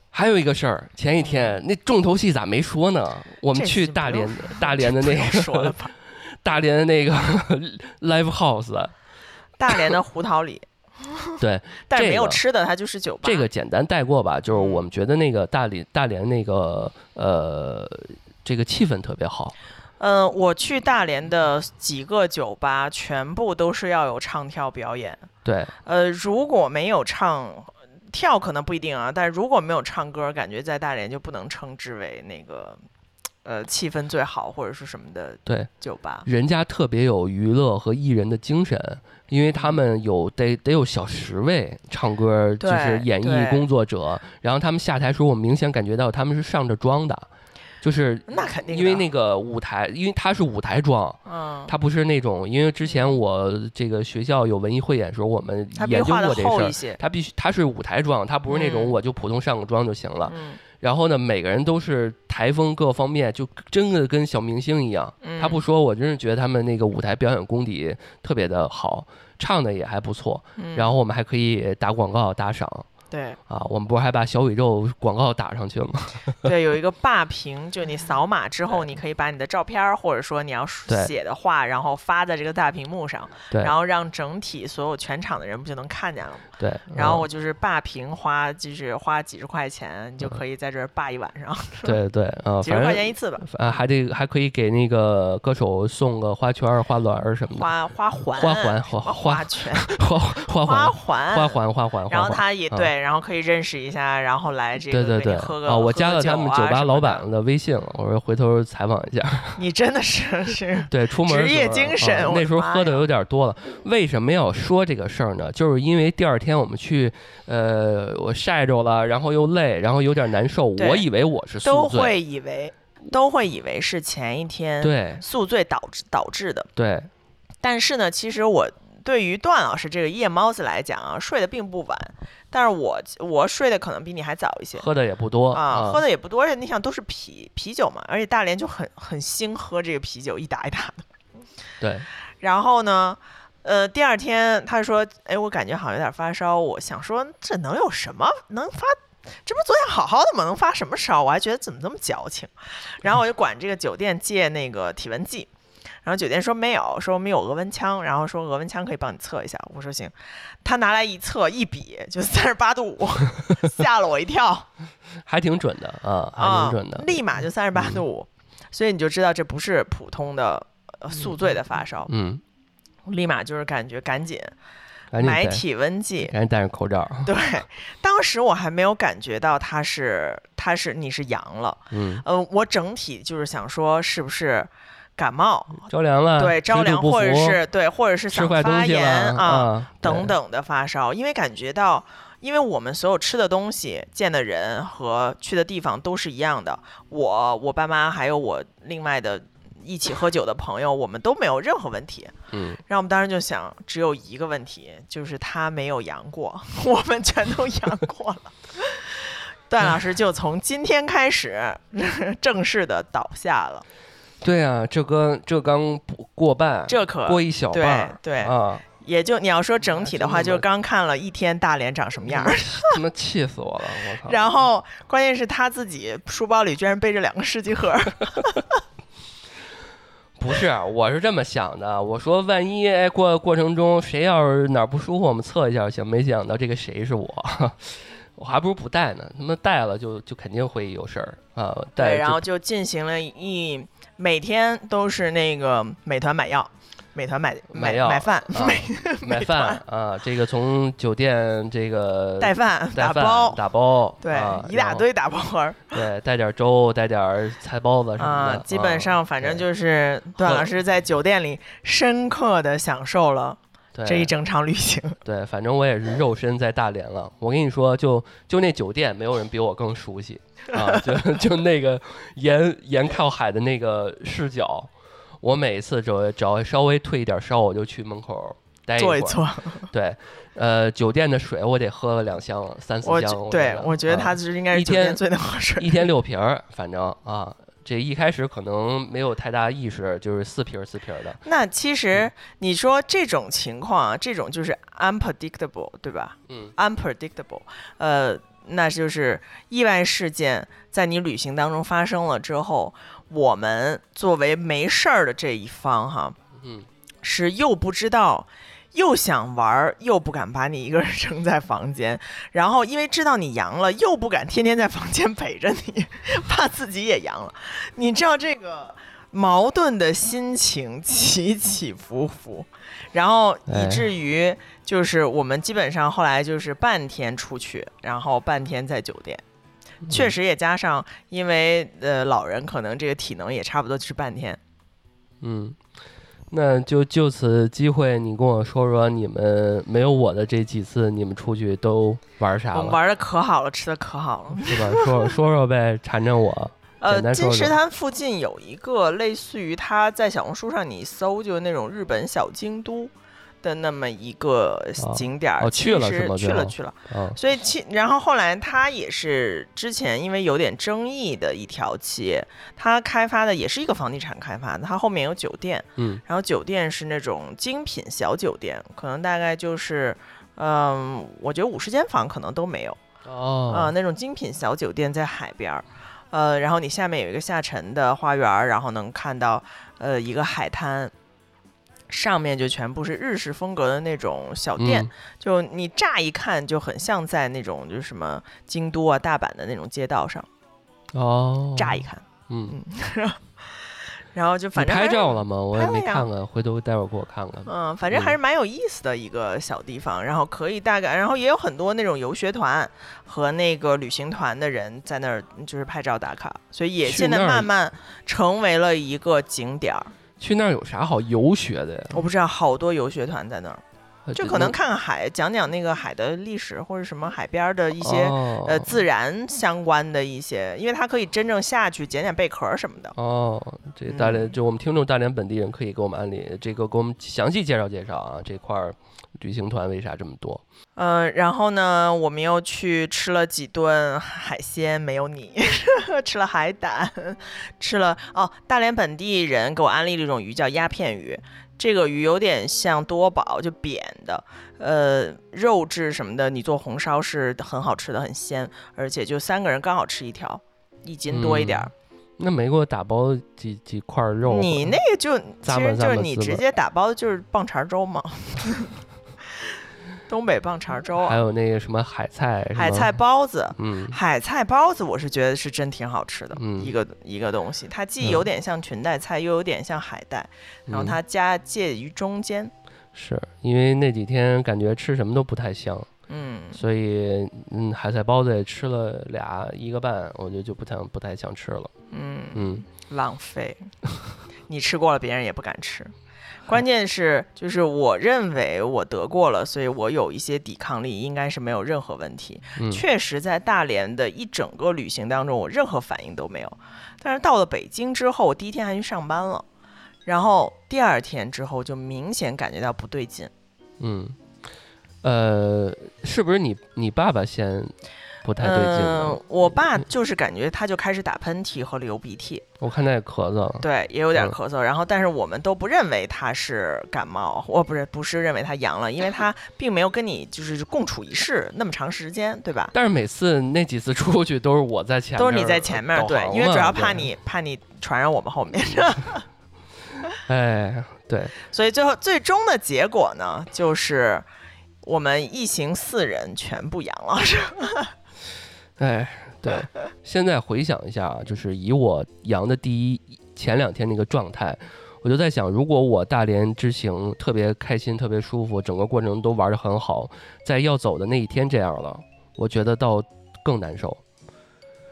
Speaker 3: 还有一个事儿，前一天那重头戏咋没说呢？我们
Speaker 2: 嗯这
Speaker 3: 去
Speaker 2: 期
Speaker 3: 大
Speaker 2: 不用
Speaker 3: 连大
Speaker 2: [LAUGHS]
Speaker 3: 连的那
Speaker 2: 不用说了
Speaker 3: 个
Speaker 2: 吧，
Speaker 3: [LAUGHS] 大连的那个 [LAUGHS]
Speaker 2: [LAUGHS]
Speaker 3: live house，
Speaker 2: 大连的胡桃里，
Speaker 3: 对，
Speaker 2: 但是没有
Speaker 3: 这个
Speaker 2: 吃的，它就是酒吧。
Speaker 3: 这个简单带过吧，就是
Speaker 2: 嗯
Speaker 3: 我们觉得那个大连大连那个呃，这个气氛特别好，
Speaker 2: 嗯，我去大连的几个酒吧，全部都是要有唱跳表演。
Speaker 3: 对
Speaker 2: 呃，如果没有唱跳，可能不一定啊，但如果没有唱歌，感觉在大连就不能称之为那个呃气氛最好或者是什么的
Speaker 3: 对，
Speaker 2: 酒吧。
Speaker 3: 人家特别有娱乐和艺人的精神，因为他们有得得有小十位唱歌，
Speaker 2: 对
Speaker 3: 就是演
Speaker 2: 对
Speaker 3: 艺工作者，然后他们下台时候，我明显感觉到他们是上着妆的，就是
Speaker 2: 那肯定的，
Speaker 3: 因为那个舞台，因为他是舞台妆。
Speaker 2: 嗯，
Speaker 3: 他不是那种，因为之前我这个学校有文艺汇演的时候，我们
Speaker 2: 他比
Speaker 3: 研究
Speaker 2: 画的
Speaker 3: 过这事
Speaker 2: 厚
Speaker 3: 儿
Speaker 2: 一，些。
Speaker 3: 他必须他是舞台妆，他不是那
Speaker 2: 嗯
Speaker 3: 种我就普通上个妆就行了。
Speaker 2: 嗯，
Speaker 3: 然后呢，每个人都是台风各方面就真的跟小明星一样。
Speaker 2: 嗯
Speaker 3: 他不说，我真是觉得他们那个舞台表演功底特别的好，唱的也还不错。
Speaker 2: 嗯
Speaker 3: 然后我们还可以打广告打赏
Speaker 2: 对
Speaker 3: 啊，我们不是还把小宇宙广告打上去了吗？
Speaker 2: 对，有一个霸屏，就你扫码之
Speaker 3: [LAUGHS]
Speaker 2: 后，你可以把你的照片儿或者说你要
Speaker 3: 对
Speaker 2: 写的话，然后发在这个大屏幕上，
Speaker 3: 对
Speaker 2: 然后让整体所有全场的人不就能看见了吗？
Speaker 3: 对，
Speaker 2: 然后
Speaker 3: 嗯
Speaker 2: 我就是霸屏花，就是花几十块钱，你就可以在这儿霸一晚上，
Speaker 3: 对对
Speaker 2: [LAUGHS]
Speaker 3: 啊，
Speaker 2: 几十块
Speaker 3: 嗯哦反正
Speaker 2: 钱一
Speaker 3: [LAUGHS]
Speaker 2: 次吧，
Speaker 3: 啊还得还可以给那个歌手送个花圈儿、花篮儿什么的，
Speaker 2: 花花环、
Speaker 3: 花环、花
Speaker 2: 花
Speaker 3: 花
Speaker 2: 圈、
Speaker 3: 花
Speaker 2: 花
Speaker 3: 花环、
Speaker 2: 环、
Speaker 3: 花。环、花环，
Speaker 2: 然后
Speaker 3: 花环
Speaker 2: 他也
Speaker 3: 嗯
Speaker 2: 对，然后可以认识一下，然后来这
Speaker 3: 对
Speaker 2: 个
Speaker 3: 对
Speaker 2: 给
Speaker 3: 对
Speaker 2: 你喝个
Speaker 3: 啊，我
Speaker 2: 喝
Speaker 3: 加了
Speaker 2: 酒
Speaker 3: 他们
Speaker 2: 啊
Speaker 3: 酒
Speaker 2: 什
Speaker 3: 吧
Speaker 2: 么
Speaker 3: 老
Speaker 2: 的
Speaker 3: 板的微信了，我说回头采访一下。
Speaker 2: 你真的是是
Speaker 3: 对，出门
Speaker 2: 职
Speaker 3: 的时
Speaker 2: 业
Speaker 3: 候
Speaker 2: 精
Speaker 3: 啊
Speaker 2: 神我
Speaker 3: 那
Speaker 2: 的
Speaker 3: 时候
Speaker 2: 妈
Speaker 3: 喝的
Speaker 2: 呀
Speaker 3: 有点多了。为什么要说这个事儿呢？就是因为第二天我们去，呃，我晒着了，然后又累，然后有点难受。
Speaker 2: 对
Speaker 3: 我以为我是
Speaker 2: 都
Speaker 3: 宿醉，
Speaker 2: 会以为都会以为是前一天
Speaker 3: 对
Speaker 2: 宿醉导致导致的，
Speaker 3: 对
Speaker 2: 但是呢，其实我对于段老师这个夜猫子来讲啊，睡得并不晚，但是我我睡得可能比你还早一些。
Speaker 3: 喝的也不多
Speaker 2: 啊，喝的也不多，而且你想都是啤啤酒嘛，而且大连就很很兴喝这个啤酒，一打一打的。
Speaker 3: 对，
Speaker 2: 然后呢，呃，第二天他说，哎，我感觉好像有点发烧，我想说这能有什么能发这不昨天好好的吗？能发什么烧？我还觉得怎么这么矫情。然后我就管这个酒店借那个体温计，然后酒店说没有，说我们有额温枪，然后说额温枪可以帮你测一下。我说行，他拿来一测一比就三十八度五， [LAUGHS] 吓了我一跳
Speaker 3: 还挺准的 [LAUGHS] 啊，还
Speaker 2: 啊
Speaker 3: 挺准的，。嗯
Speaker 2: 立马就三十八度五，所以你就知道这不是普通的呃宿醉的发烧，
Speaker 3: 嗯，
Speaker 2: 立马就是感觉赶紧
Speaker 3: 赶紧
Speaker 2: 买
Speaker 3: 戴，
Speaker 2: 体温计， [LAUGHS]
Speaker 3: 赶紧戴上口罩。
Speaker 2: 对，当时我还没有感觉到他是他是你是阳了，
Speaker 3: 嗯，
Speaker 2: 呃，我整体就是想说是不是感冒，
Speaker 3: 着凉了，
Speaker 2: 哦对，着
Speaker 3: 嗯水土
Speaker 2: 凉
Speaker 3: 不
Speaker 2: 或者
Speaker 3: 服
Speaker 2: 是对，或者是
Speaker 3: 吃
Speaker 2: 想
Speaker 3: 坏东
Speaker 2: 发
Speaker 3: 西
Speaker 2: 炎
Speaker 3: 了
Speaker 2: 啊
Speaker 3: 对
Speaker 2: 等等的发烧，因为感觉到。因为我们所有吃的东西、见的人和去的地方都是一样的，我、我爸妈还有我另外的一起喝酒的朋友，我们都没有任何问题。
Speaker 3: 嗯，
Speaker 2: 然后我们当时就想，只有一个问题，就是他没有阳过， [LAUGHS] 我们全都阳过了。 [LAUGHS] 段老师就从今天开始正式的倒下了，
Speaker 3: 对啊，这刚这刚不过半，
Speaker 2: 这可
Speaker 3: 过一小半儿，
Speaker 2: 对对
Speaker 3: 啊，
Speaker 2: 也就你要说整体的
Speaker 3: 啊
Speaker 2: 话，
Speaker 3: 真的
Speaker 2: 就
Speaker 3: 吗
Speaker 2: 刚看了一天大连长什么样儿，
Speaker 3: 嗯 [LAUGHS] 他妈气死我了，我操！
Speaker 2: 然后关键是他自己书包里居然背着两个试剂
Speaker 3: [LAUGHS]
Speaker 2: 盒儿，
Speaker 3: 不是，啊我是这么想的，我说万一哎过过程中谁要是哪儿不舒服，我们测一下行，没想到这个谁是我。 [LAUGHS] 我还不如不带呢，他妈带了就就肯定会有事儿啊！带
Speaker 2: 对，
Speaker 3: 就
Speaker 2: 然后就进行了一每天都是那个美团买药，美团买
Speaker 3: 买
Speaker 2: 买
Speaker 3: 药
Speaker 2: 买饭，
Speaker 3: 啊
Speaker 2: 买
Speaker 3: [LAUGHS] 买
Speaker 2: 美
Speaker 3: 饭啊，这个从酒店这
Speaker 2: [LAUGHS]
Speaker 3: 个
Speaker 2: 带饭
Speaker 3: 带
Speaker 2: 打
Speaker 3: 饭
Speaker 2: 包，
Speaker 3: 打包，
Speaker 2: 对
Speaker 3: 啊，
Speaker 2: 一大，堆打包盒儿
Speaker 3: 然后对，带点粥，带点菜包子什么
Speaker 2: 啊
Speaker 3: 的，，
Speaker 2: 基本上反正就是段老师在酒店里深刻的享受了
Speaker 3: 对
Speaker 2: 这一整场旅行，
Speaker 3: 对，反正我也是肉身在大连了。我跟你说，就就那酒店，没有人比我更熟悉啊！就就那个沿沿靠海的那个视角，我每一次只要只要稍微退一点烧，我就去门口待
Speaker 2: 坐
Speaker 3: 哎一
Speaker 2: 一
Speaker 3: 会儿。
Speaker 2: 坐，
Speaker 3: 对，呃，酒店的水我得喝了两箱、三四
Speaker 2: 我
Speaker 3: 箱。
Speaker 2: 觉对我觉得他
Speaker 3: 啊
Speaker 2: 是应该是
Speaker 3: 一
Speaker 2: 酒店
Speaker 3: 天
Speaker 2: 最能喝水
Speaker 3: 一天六瓶儿，反正啊，这一开始可能没有太大意识，就是四瓶儿四瓶儿的。
Speaker 2: 那其
Speaker 3: 嗯
Speaker 2: 实你说这种情况啊，这种就是 unpredictable，对吧？
Speaker 3: 嗯
Speaker 2: ，unpredictable，呃，那就是意外事件在你旅行当中发生了之后，我们作为没事儿的这一方哈，
Speaker 3: 嗯，
Speaker 2: 是又不知道。又想玩儿，又不敢把你一个人扔在房间，然后因为知道你阳了，又不敢天天在房间陪着你， [LAUGHS] 怕自己也阳了。你知道这个矛盾的心情起起伏伏，然后
Speaker 3: 哎
Speaker 2: 以至于就是我们基本上后来就是半天出去，然后半天在酒店。
Speaker 3: 嗯
Speaker 2: 确实也加上，因为呃老人可能这个体能也差不多就是半天。
Speaker 3: 嗯，那就就此机会，你跟我说说你们没有我的这几次，你们出去都玩啥
Speaker 2: 我们
Speaker 3: 了，
Speaker 2: 玩的可好了，吃的可好了。
Speaker 3: 是吧？说 [LAUGHS] 说说呗，缠缠我。
Speaker 2: 呃
Speaker 3: 简，单说
Speaker 2: 金
Speaker 3: 说
Speaker 2: 石滩附近有一个类似于它在小红书上你搜就是那种日本小京都的那么一个
Speaker 3: 哦
Speaker 2: 景点儿、
Speaker 3: 哦
Speaker 2: 其
Speaker 3: 去了
Speaker 2: 实
Speaker 3: 是吗
Speaker 2: 去
Speaker 3: 最
Speaker 2: 了
Speaker 3: 后
Speaker 2: 去了。
Speaker 3: 啊，
Speaker 2: 所以其然后后来他也是之前因为有点争议的一条企业，他开发的也是一个房地产开发的，他后面有酒店，
Speaker 3: 嗯，
Speaker 2: 然后酒店是那种精品小酒店，可能大概就是。嗯，我觉得五十间房可能都没有啊、
Speaker 3: 哦，
Speaker 2: 那种精品小酒店在海边儿，呃，然后你下面有一个下沉的花园儿，然后能看到呃一个海滩，上面就全部是日式风格的那种小店，
Speaker 3: 嗯，
Speaker 2: 就你乍一看就很像在那种就是什么京都啊、大阪的那种街道上，
Speaker 3: 哦，
Speaker 2: 乍一，看，
Speaker 3: 嗯，
Speaker 2: 然后就
Speaker 3: 你
Speaker 2: 反正还
Speaker 3: 拍
Speaker 2: 是
Speaker 3: 照了吗？我也
Speaker 2: 拍了
Speaker 3: 没
Speaker 2: 呀
Speaker 3: 看看，回头待会儿给我看看吧。
Speaker 2: 嗯，反正还是
Speaker 3: 嗯
Speaker 2: 蛮有意思的一个小地方，然后可以大概，然后也有很多那种游学团和那个旅行团的人在那儿就是拍照打卡，所以也
Speaker 3: 去
Speaker 2: 现在
Speaker 3: 那儿
Speaker 2: 慢慢成为了一个景点儿。
Speaker 3: 去那儿有啥好游学的呀？
Speaker 2: 我不知道好多游学团在那儿，
Speaker 3: 呃
Speaker 2: 就
Speaker 3: 只
Speaker 2: 可能看看海，讲讲那个海的历史或者什么海边儿的一些、
Speaker 3: 哦
Speaker 2: 呃自然相关的一些，因为它可以真正下去捡捡贝壳儿什么的。
Speaker 3: 哦，这大连
Speaker 2: 嗯
Speaker 3: 就我们听众大连本地人可以给我们安利这个，给我们详细介绍介绍啊，这块儿旅行团为啥这么多？
Speaker 2: 呃，然后呢，我们又去吃了几顿海鲜，没有你， [LAUGHS] 吃了海胆，吃了哦，大连本地人给我安利了一种鱼叫鸦片鱼，这个鱼有点像多宝，就扁的，呃，肉质什么的，你做红烧是很好吃的，很鲜，而且就三个人刚好吃一条，一斤多一点儿。
Speaker 3: 那没给我打包几几块嗯肉？
Speaker 2: 你那个就其
Speaker 3: 咂吧
Speaker 2: 实
Speaker 3: 咂
Speaker 2: 就是
Speaker 3: 吧
Speaker 2: 你
Speaker 3: 呲
Speaker 2: 直
Speaker 3: 吧
Speaker 2: 接打包的就是棒碴儿粥
Speaker 3: [LAUGHS]
Speaker 2: 嘛，东北棒碴儿粥
Speaker 3: 还
Speaker 2: 啊，
Speaker 3: 有那个什么海菜，是
Speaker 2: 海
Speaker 3: 吗
Speaker 2: 菜，包子，
Speaker 3: 嗯，
Speaker 2: 海菜包子，我是觉得是真挺好吃的、
Speaker 3: 嗯
Speaker 2: 一个一个东西，它
Speaker 3: 嗯
Speaker 2: 既有点像裙带菜，又有点像海带，然后
Speaker 3: 嗯
Speaker 2: 它夹介于中间。
Speaker 3: 是因为那几天感觉吃什么都不太香，
Speaker 2: 嗯，
Speaker 3: 所以嗯，海菜包子也吃了俩一个半，我就就不想不太想吃了，
Speaker 2: 嗯，
Speaker 3: 嗯，
Speaker 2: 浪费。 [LAUGHS] 你吃过了，别人也不敢吃。关键是，就是我认为我得过了，所以我有一些抵抗力，应该是没有任何问题。
Speaker 3: 嗯
Speaker 2: 确实，在大连的一整个旅行当中，我任何反应都没有。但是到了北京之后，我第一天还去上班了，然后第二天之后就明显感觉到不对劲。
Speaker 3: 嗯，呃，是不是你你爸爸先不太对劲了？
Speaker 2: 嗯，我爸就是感觉他就开始打喷嚏和流鼻涕，
Speaker 3: 我看他也咳嗽了。
Speaker 2: 对，也有点
Speaker 3: 嗯
Speaker 2: 咳嗽。然后，但是我们都不认为他是感冒，我不是不是认为他阳了，因为
Speaker 3: [LAUGHS]
Speaker 2: 他并没有跟你就是共处一室那么长时间，对吧？
Speaker 3: 但是每次那几次出去都是我在前面，
Speaker 2: 都是你在前面，
Speaker 3: 导
Speaker 2: 对
Speaker 3: 航，
Speaker 2: 因为
Speaker 3: 嘛
Speaker 2: 主要怕。你怕你传染我们后面， [LAUGHS]
Speaker 3: 对哎，对，
Speaker 2: 所以最后最终的结果呢，就是我们一行四人全部阳了。 [LAUGHS]
Speaker 3: 哎，对。现在回想一下啊，就是以我阳的第一前两天那个状态，我就在想，如果我大连之行特别开心、特别舒服，整个过程都玩得很好，在要走的那一天这样了，我觉得到更难受。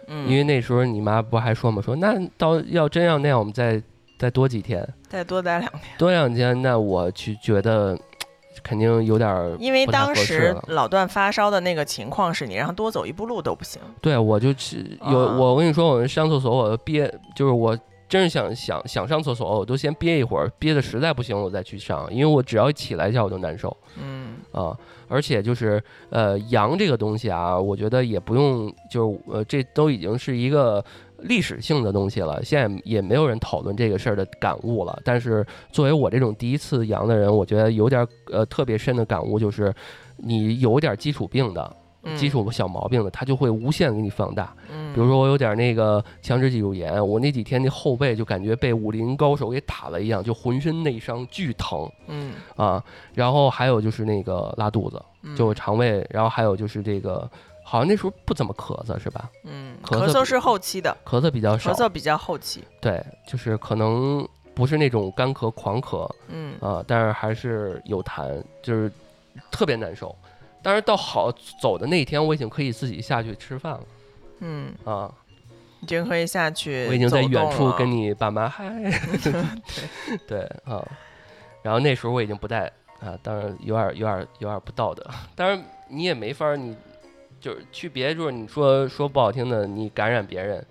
Speaker 2: 嗯，
Speaker 3: 因为那时候你妈不还说嘛，说那到要真要那样，我们再再多几天，
Speaker 2: 再多待两天，
Speaker 3: 多两天，那我去觉得肯定有点儿
Speaker 2: 因为
Speaker 3: 不太
Speaker 2: 当
Speaker 3: 合适
Speaker 2: 时
Speaker 3: 了
Speaker 2: 老段发烧的那个情况是你让他多走一步路都不行。
Speaker 3: 对，我就去有、
Speaker 2: 啊
Speaker 3: 我跟你说，我上厕所我憋，就是我真是想想想上厕所，我都先憋一会儿，憋的实在不行我再去上，因为我只要起来一下我就难受
Speaker 2: 嗯
Speaker 3: 啊。而且就是呃，阳这个东西啊，我觉得也不用，就是呃，这都已经是一个。历史性的东西了，现在也没有人讨论这个事儿的感悟了。但是作为我这种第一次阳的人，我觉得有点儿呃特别深的感悟，就是你有点儿基础病的，
Speaker 2: 嗯，
Speaker 3: 基础小毛病的，它就会无限给你放大。
Speaker 2: 嗯，
Speaker 3: 比如说我有点那个强直脊柱炎，我那几天那后背就感觉被武林高手给打了一样，就浑身内伤，巨疼
Speaker 2: 嗯，
Speaker 3: 啊。然后还有就是那个拉肚子，
Speaker 2: 嗯
Speaker 3: 就肠胃，然后还有就是这个，好像那时候不怎么咳嗽是吧？
Speaker 2: 嗯
Speaker 3: 咳
Speaker 2: 咳
Speaker 3: 嗽
Speaker 2: 嗽
Speaker 3: 比
Speaker 2: 是后期的，
Speaker 3: 咳嗽比较少
Speaker 2: 咳，嗽比较后期。
Speaker 3: 对，就是可能不是那种干咳狂咳
Speaker 2: 嗯
Speaker 3: 啊，但是还是有痰，就是特别难受。但是到好走的那一天，我已经可以自己下去吃饭了
Speaker 2: 嗯，
Speaker 3: 啊。
Speaker 2: 已经可以下去。
Speaker 3: 我已经在远处跟。你爸
Speaker 2: [LAUGHS]
Speaker 3: 妈嗨， [LAUGHS] 对啊，然后那时候我已经不带啊，当然有点有点有点不道德，当然你也没法儿，你就是去别的地儿，你说说不好听的，你感染别人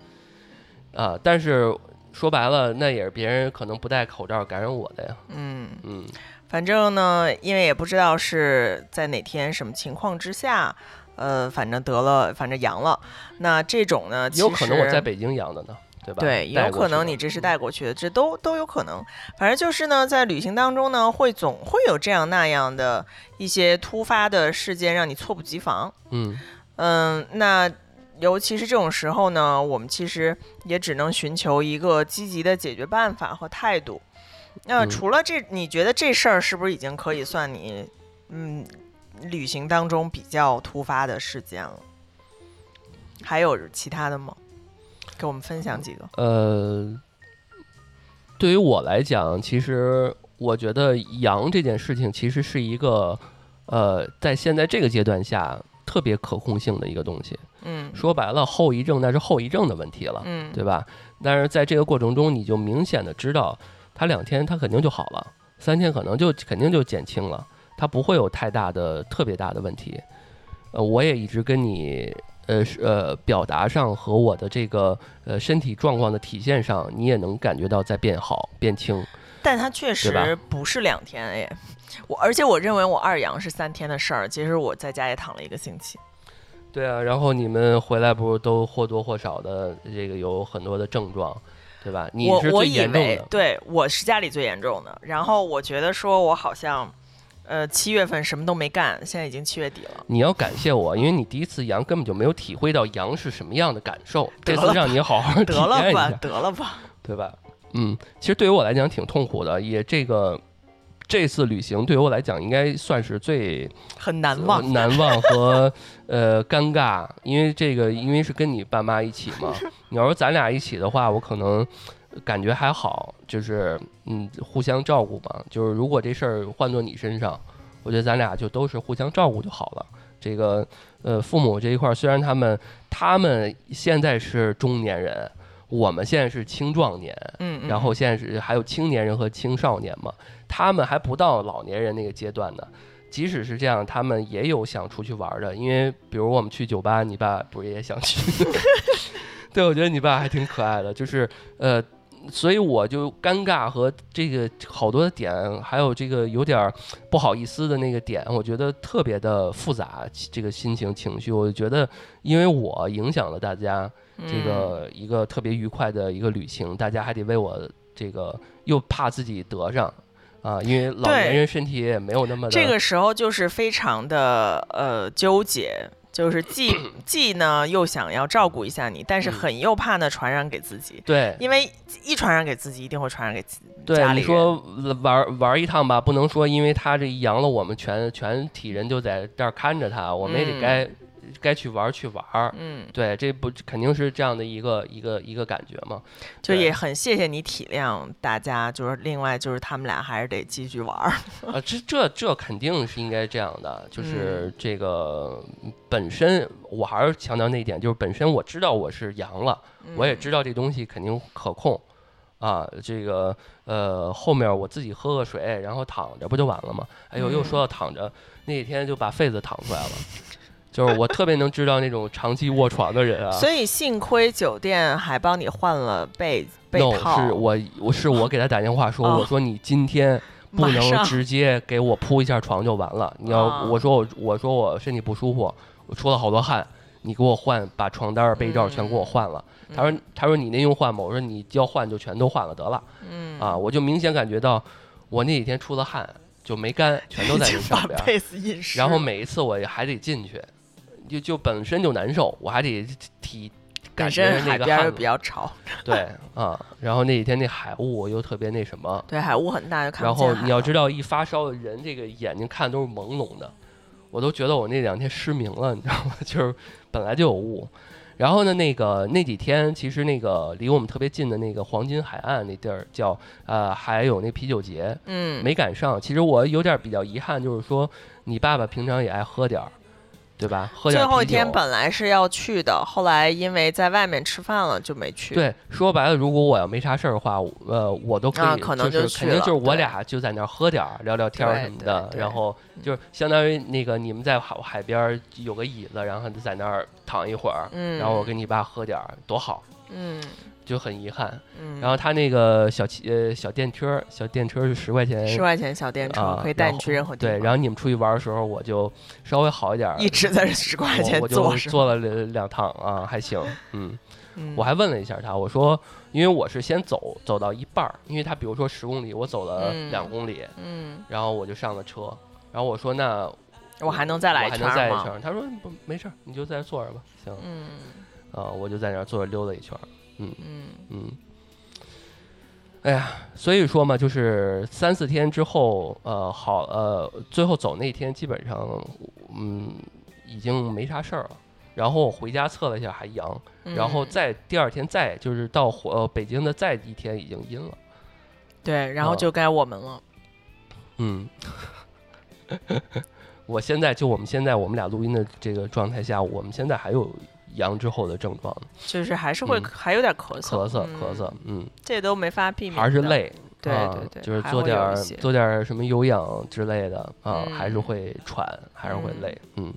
Speaker 3: 啊，但是说白了，那也是别人可能不戴口罩感染我的呀，
Speaker 2: 嗯，
Speaker 3: 嗯
Speaker 2: 反正呢，因为也不知道是在哪天什么情况之下，呃，反正得了，反正阳了。那这种呢，
Speaker 3: 也有
Speaker 2: 其
Speaker 3: 可能我
Speaker 2: 实
Speaker 3: 在北京阳的呢，对吧？
Speaker 2: 对，也
Speaker 3: 带
Speaker 2: 有
Speaker 3: 过
Speaker 2: 可
Speaker 3: 去
Speaker 2: 能
Speaker 3: 的嗯
Speaker 2: 你这是带过去的，这都都有可能。反正就是呢，在旅行当中呢，会总会有这样那样的一些突发的事件，让你猝不及防。
Speaker 3: 嗯
Speaker 2: 嗯，那尤其是这种时候呢，我们其实也只能寻求一个积极的解决办法和态度。那
Speaker 3: 嗯
Speaker 2: 除了这，你觉得这事儿是不是已经可以算你嗯旅行当中比较突发的事件了？还有其他的吗？给我们分享几个。
Speaker 3: 呃，对于我来讲，其实我觉得阳这件事情其实是一个，呃，在现在这个阶段下特别可控性的一个东西。
Speaker 2: 嗯
Speaker 3: 说白了，后遗症那是后遗症的问题了，
Speaker 2: 嗯，
Speaker 3: 对吧？但是在这个过程中，你就明显的知道，它两天它肯定就好了，三天可能就肯定就减轻了，它不会有太大的特别大的问题。呃，我也一直跟你呃是呃表达上和我的这个呃身体状况的体现上，你也能感觉到在变好变轻。
Speaker 2: 但它确
Speaker 3: 对吧
Speaker 2: 实不是两天哎，我而且我认为我二阳是三天的事儿，其实我在家也躺了一个星期。
Speaker 3: 对啊，然后你们回来不是都或多或少的这个有很多的症状，对吧？你
Speaker 2: 我
Speaker 3: 是
Speaker 2: 我
Speaker 3: 最
Speaker 2: 以
Speaker 3: 严重
Speaker 2: 为
Speaker 3: 的，
Speaker 2: 对我是家里最严重的，然后我觉得说我好像，呃，七月份什么都没干，现在已经七月底
Speaker 3: [LAUGHS]
Speaker 2: 了。
Speaker 3: 你要感谢我，因为你第一次阳根本就没有体会到阳是什么样的感受，
Speaker 2: 得
Speaker 3: 这
Speaker 2: 了
Speaker 3: 次让你好好体
Speaker 2: [LAUGHS] 得了
Speaker 3: 验一
Speaker 2: 吧，
Speaker 3: 下，
Speaker 2: 得了
Speaker 3: [LAUGHS]
Speaker 2: 吧，
Speaker 3: 对吧？嗯，其实对于我来讲挺痛苦的，也这个这次旅行对于我来讲应该算是最
Speaker 2: 很难忘。
Speaker 3: 呃难忘和呃尴尬，因为这个因为是跟你爸妈一起
Speaker 2: [LAUGHS]
Speaker 3: 嘛，你要是咱俩一起的话，我可能感觉还好，就是嗯互相照顾嘛。就是如果这事儿换做你身上，我觉得咱俩就都是互相照顾就好了。这个呃父母这一块儿，虽然他们他们现在是中年人，我们现在是青壮年，
Speaker 2: 嗯，嗯
Speaker 3: 然后现在是还有青年人和青少年嘛，他们还不到老年人那个阶段呢。即使是这样，他们也有想出去玩儿的，因为比如我们去酒吧，你爸不是也想去？ [LAUGHS] 对，我觉得你爸还挺可爱的，就是呃，所以我就尴尬和这个好多的点，还有这个有点儿不好意思的那个点，我觉得特别的复杂，这个心情情绪，我觉得因为我影响了大家，
Speaker 2: 嗯
Speaker 3: 这个一个特别愉快的一个旅行，大家还得为我这个又怕自己得上啊，因为老年
Speaker 2: 对
Speaker 3: 人身体也没有那么的
Speaker 2: 这个时候就是非常的呃纠结，就是
Speaker 3: [CLEARS THROAT]
Speaker 2: 既既呢又想要照顾一下你，但是
Speaker 3: 嗯
Speaker 2: 很又怕呢传染给自己，
Speaker 3: 对
Speaker 2: 因为一传染给自己，一定会传染给自己家
Speaker 3: 对，
Speaker 2: 里
Speaker 3: 你
Speaker 2: 人。
Speaker 3: 说玩玩一趟吧，不能说因为他这一阳了，我们全全体人就在这儿看着他，我们也得
Speaker 2: 嗯
Speaker 3: 该、该去玩儿去玩儿。
Speaker 2: 嗯，
Speaker 3: 对，这不肯定是这样的一个一个一个感觉嘛？
Speaker 2: 就
Speaker 3: 对
Speaker 2: 也很谢谢你体谅大家，就是另外就是他们俩还是得继续玩儿。
Speaker 3: 啊，这这这肯定是应该这样的，
Speaker 2: 嗯
Speaker 3: 就是这个嗯本身我还是强调那一点，就是本身我知道我是阳了，
Speaker 2: 嗯
Speaker 3: 我也知道这东西肯定可控，啊，这个呃后面我自己喝个水，然后躺着不就完了吗？哎
Speaker 2: 嗯
Speaker 3: 呦，又说到躺着，那天就把痱子躺出来了，就是我特别能知道那种长期卧床的人啊。
Speaker 2: 所以幸亏酒店还帮你换了被被
Speaker 3: no，
Speaker 2: 套，
Speaker 3: 是我我是我给他打电话说，
Speaker 2: 哦
Speaker 3: 我说你今天不
Speaker 2: 马
Speaker 3: 能
Speaker 2: 上
Speaker 3: 直接给我铺一下床就完了，你要
Speaker 2: 啊
Speaker 3: 我说我我说我身体不舒服，我出了好多汗，你给我换把床单儿被罩全给我换了。
Speaker 2: 嗯
Speaker 3: 他说他说你那用换吗？我说你要换就全都换了得了。
Speaker 2: 嗯
Speaker 3: 啊，我就明显感觉到我那几天出了汗就没干，全都在
Speaker 2: 已
Speaker 3: 这
Speaker 2: 经
Speaker 3: 上
Speaker 2: 把
Speaker 3: 边儿。
Speaker 2: 被子印湿了，
Speaker 3: 然后每一次我也还得进去，就就本身就难受，我还得体感
Speaker 2: 本
Speaker 3: 觉
Speaker 2: 身
Speaker 3: 那
Speaker 2: 海
Speaker 3: 个
Speaker 2: 边儿
Speaker 3: 汗
Speaker 2: 又比较潮，
Speaker 3: 对啊，然后那几天那海雾又特别那什么，
Speaker 2: 对，海雾很大，就看
Speaker 3: 然
Speaker 2: 不见
Speaker 3: 后
Speaker 2: 海
Speaker 3: 你要
Speaker 2: 了
Speaker 3: 知道一发烧，人这个眼睛看都是朦胧的，我都觉得我那两天失明了，你知道吗？ [LAUGHS] 就是本来就有雾。然后呢，那个那几天其实那个离我们特别近的那个黄金海岸那地儿叫呃，还有那啤酒节
Speaker 2: 嗯，
Speaker 3: 没赶上。其实我有点比较遗憾，就是说你爸爸平常也爱喝点儿，对吧？喝
Speaker 2: 最
Speaker 3: 点儿
Speaker 2: 后一
Speaker 3: 啤酒
Speaker 2: 天本来是要去的，后来因为在外面吃饭了就没去。，
Speaker 3: 对，说白了，如果我要没啥事儿的话，呃，我都可以，
Speaker 2: 啊可能
Speaker 3: 就
Speaker 2: 就是去
Speaker 3: 肯定
Speaker 2: 了
Speaker 3: 就是我
Speaker 2: 对
Speaker 3: 俩就在那儿喝点儿、聊聊天儿
Speaker 2: 对
Speaker 3: 什么
Speaker 2: 对
Speaker 3: 的，
Speaker 2: 对嗯
Speaker 3: 然后就是相当于那个你们在海海边儿有个椅子，然后就在那儿躺一会儿，
Speaker 2: 嗯，
Speaker 3: 然后我跟你爸喝点儿，多好，
Speaker 2: 嗯
Speaker 3: 就很遗憾。
Speaker 2: 嗯，
Speaker 3: 然后他那个小汽呃小电车儿，小电车是十块钱。
Speaker 2: 十块钱小电车、
Speaker 3: 啊
Speaker 2: 可以带
Speaker 3: 然
Speaker 2: 你
Speaker 3: 后
Speaker 2: 去任何地
Speaker 3: 对，
Speaker 2: 方。
Speaker 3: 然后你们出去玩儿的时候，我就稍微好一点儿，
Speaker 2: 一直在这十块钱
Speaker 3: 我我
Speaker 2: 坐
Speaker 3: 就是坐
Speaker 2: 吗？
Speaker 3: 了两两趟啊，还行，嗯。
Speaker 2: 嗯
Speaker 3: 我还问了一下他，我说，因为我是先走走到一半儿，因为他比如说十公里，我走了
Speaker 2: 嗯
Speaker 3: 两公里，
Speaker 2: 嗯，
Speaker 3: 然后我就上了车，然后我说那
Speaker 2: 我还能再来
Speaker 3: 我还
Speaker 2: 圈
Speaker 3: 能再
Speaker 2: 儿
Speaker 3: 一
Speaker 2: 吗？
Speaker 3: 圈儿，他说嗯不没事儿，你就在这坐着吧，行啊、
Speaker 2: 嗯
Speaker 3: 我就在那儿坐着溜达一圈儿，
Speaker 2: 嗯
Speaker 3: 嗯，哎呀，所以说嘛，就是三四天之后，呃，好，呃，最后走那天基本上，嗯，已经没啥事儿了。然后我回家测了一下，还阳，
Speaker 2: 嗯，
Speaker 3: 然后再第二天再就是到火呃北京的再一天已经阴了，
Speaker 2: 对，然后
Speaker 3: 啊
Speaker 2: 就该我们了。
Speaker 3: 嗯， [LAUGHS] 我现在就我们现在我们俩录音的这个状态下，我们现在还有阳之后的症状，
Speaker 2: 就是还是会、
Speaker 3: 嗯
Speaker 2: 还有点咳
Speaker 3: 咳嗽
Speaker 2: 嗽，
Speaker 3: 咳嗽
Speaker 2: 嗯，，
Speaker 3: 嗯，
Speaker 2: 这都没法避免，
Speaker 3: 还是。累，
Speaker 2: 对
Speaker 3: 啊
Speaker 2: 对对
Speaker 3: 就是
Speaker 2: 还
Speaker 3: 做
Speaker 2: 会
Speaker 3: 点
Speaker 2: 有一
Speaker 3: 儿
Speaker 2: 些
Speaker 3: 做点儿什么有氧之类的啊，
Speaker 2: 嗯
Speaker 3: 还是会喘，还是会
Speaker 2: 嗯
Speaker 3: 累，嗯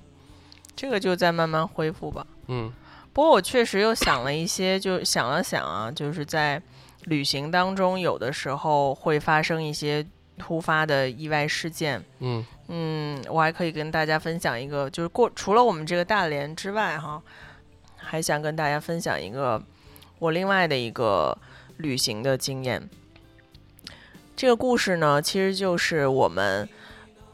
Speaker 2: 这个就再慢慢恢复吧。
Speaker 3: 嗯
Speaker 2: 不过我确实又想了一些，就想了想啊，就是在旅行当中，有的时候会发生一些突发的意外事件。
Speaker 3: 嗯
Speaker 2: 嗯，我还可以跟大家分享一个，就是过除了我们这个大连之外哈，还想跟大家分享一个我另外的一个旅行的经验。这个故事呢，其实就是我们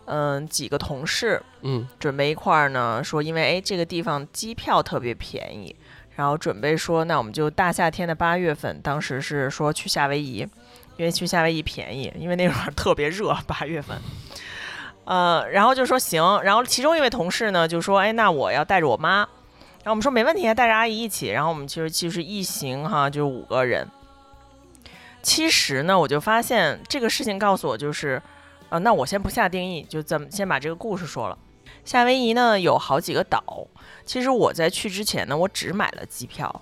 Speaker 2: 嗯、几个同事
Speaker 3: 嗯
Speaker 2: 准备一块儿呢，说因为哎这个地方机票特别便宜，然后准备说那我们就大夏天的八月份，当时是说去夏威夷，因为去夏威夷便宜，因为那会儿特别热， [LAUGHS] 八月份。呃，然后就说行，然后其中一位同事呢就说，哎，那我要带着我妈，然后我们说没问题，啊带着阿姨一起，然后我们其实其实一行哈就是五个人。其实呢，我就发现这个事情告诉我就是，啊，那我先不下定义，就咱们先把这个故事说了。夏威夷呢有好几个岛，其实我在去之前呢，我只买了机票，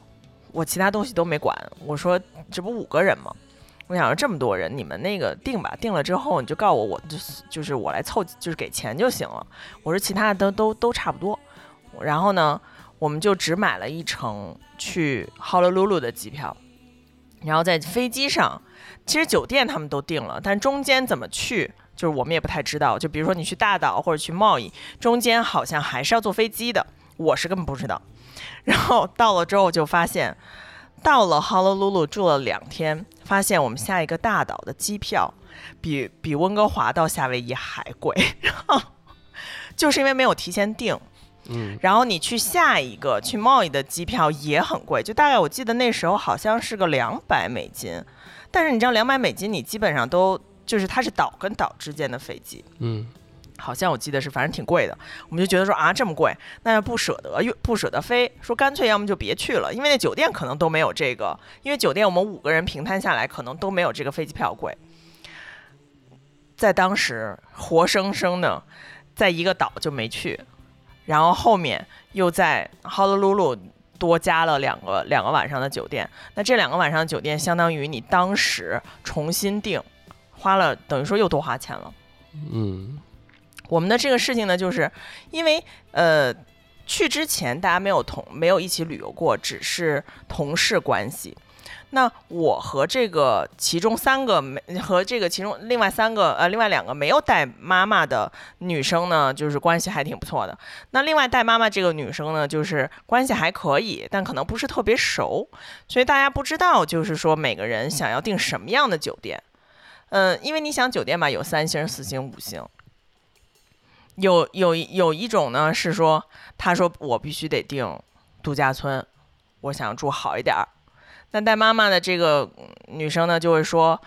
Speaker 2: 我其他东西都没管。我说这不五个人吗？我想着这么多人，你们那个定吧，定了之后你就告我，我就是就是我来凑，就是给钱就行了。我说其他的都都都差不多。然后呢，我们就只买了一程去 Honolulu 的机票，然后在飞机上，其实酒店他们都定了，但中间怎么去，就是我们也不太知道。就比如说你去大岛或者去贸易，中间好像还是要坐飞机的，我是根本不知道。然后到了之后就发现，到了 Honolulu 住了两天，发现我们下一个大岛的机票比比温哥华到夏威夷还贵， [LAUGHS] 然后就是因为没有提前订。
Speaker 3: 嗯，
Speaker 2: 然后你去下一个去贸易的机票也很贵，就大概我记得那时候好像是个两百美金，但是你知道两百美金你基本上都就是它是岛跟岛之间的飞机，
Speaker 3: 嗯，
Speaker 2: 好像我记得是反正挺贵的，我们就觉得说啊这么贵，那不舍得又不舍得飞，说干脆要么就别去了，因为那酒店可能都没有这个， [LAUGHS] 因为酒店我们五个人平摊下来可能都没有这个飞机票贵，在当时活生生的在一个岛就没去，然后后面又在 Honolulu 多加了两个两个晚上的酒店。那这两个晚上的酒店，相当于你当时重新订，花了等于说又多花钱了。
Speaker 3: 嗯，
Speaker 2: 我们的这个事情呢，就是因为呃，去之前大家没有同没有一起旅游过，只是同事关系。那我和这个其中三个没和这个其中另外三个呃另外两个没有带妈妈的女生呢，就是关系还挺不错的。那另外带妈妈这个女生呢，就是关系还可以，但可能不是特别熟，所以大家不知道就是说每个人想要订什么样的酒店。嗯，因为你想酒店吧，有三星、四星、五星，有有一有一种呢是说，他说我必须得订度假村，我想住好一点儿。那带妈妈的这个嗯女生呢，就会说，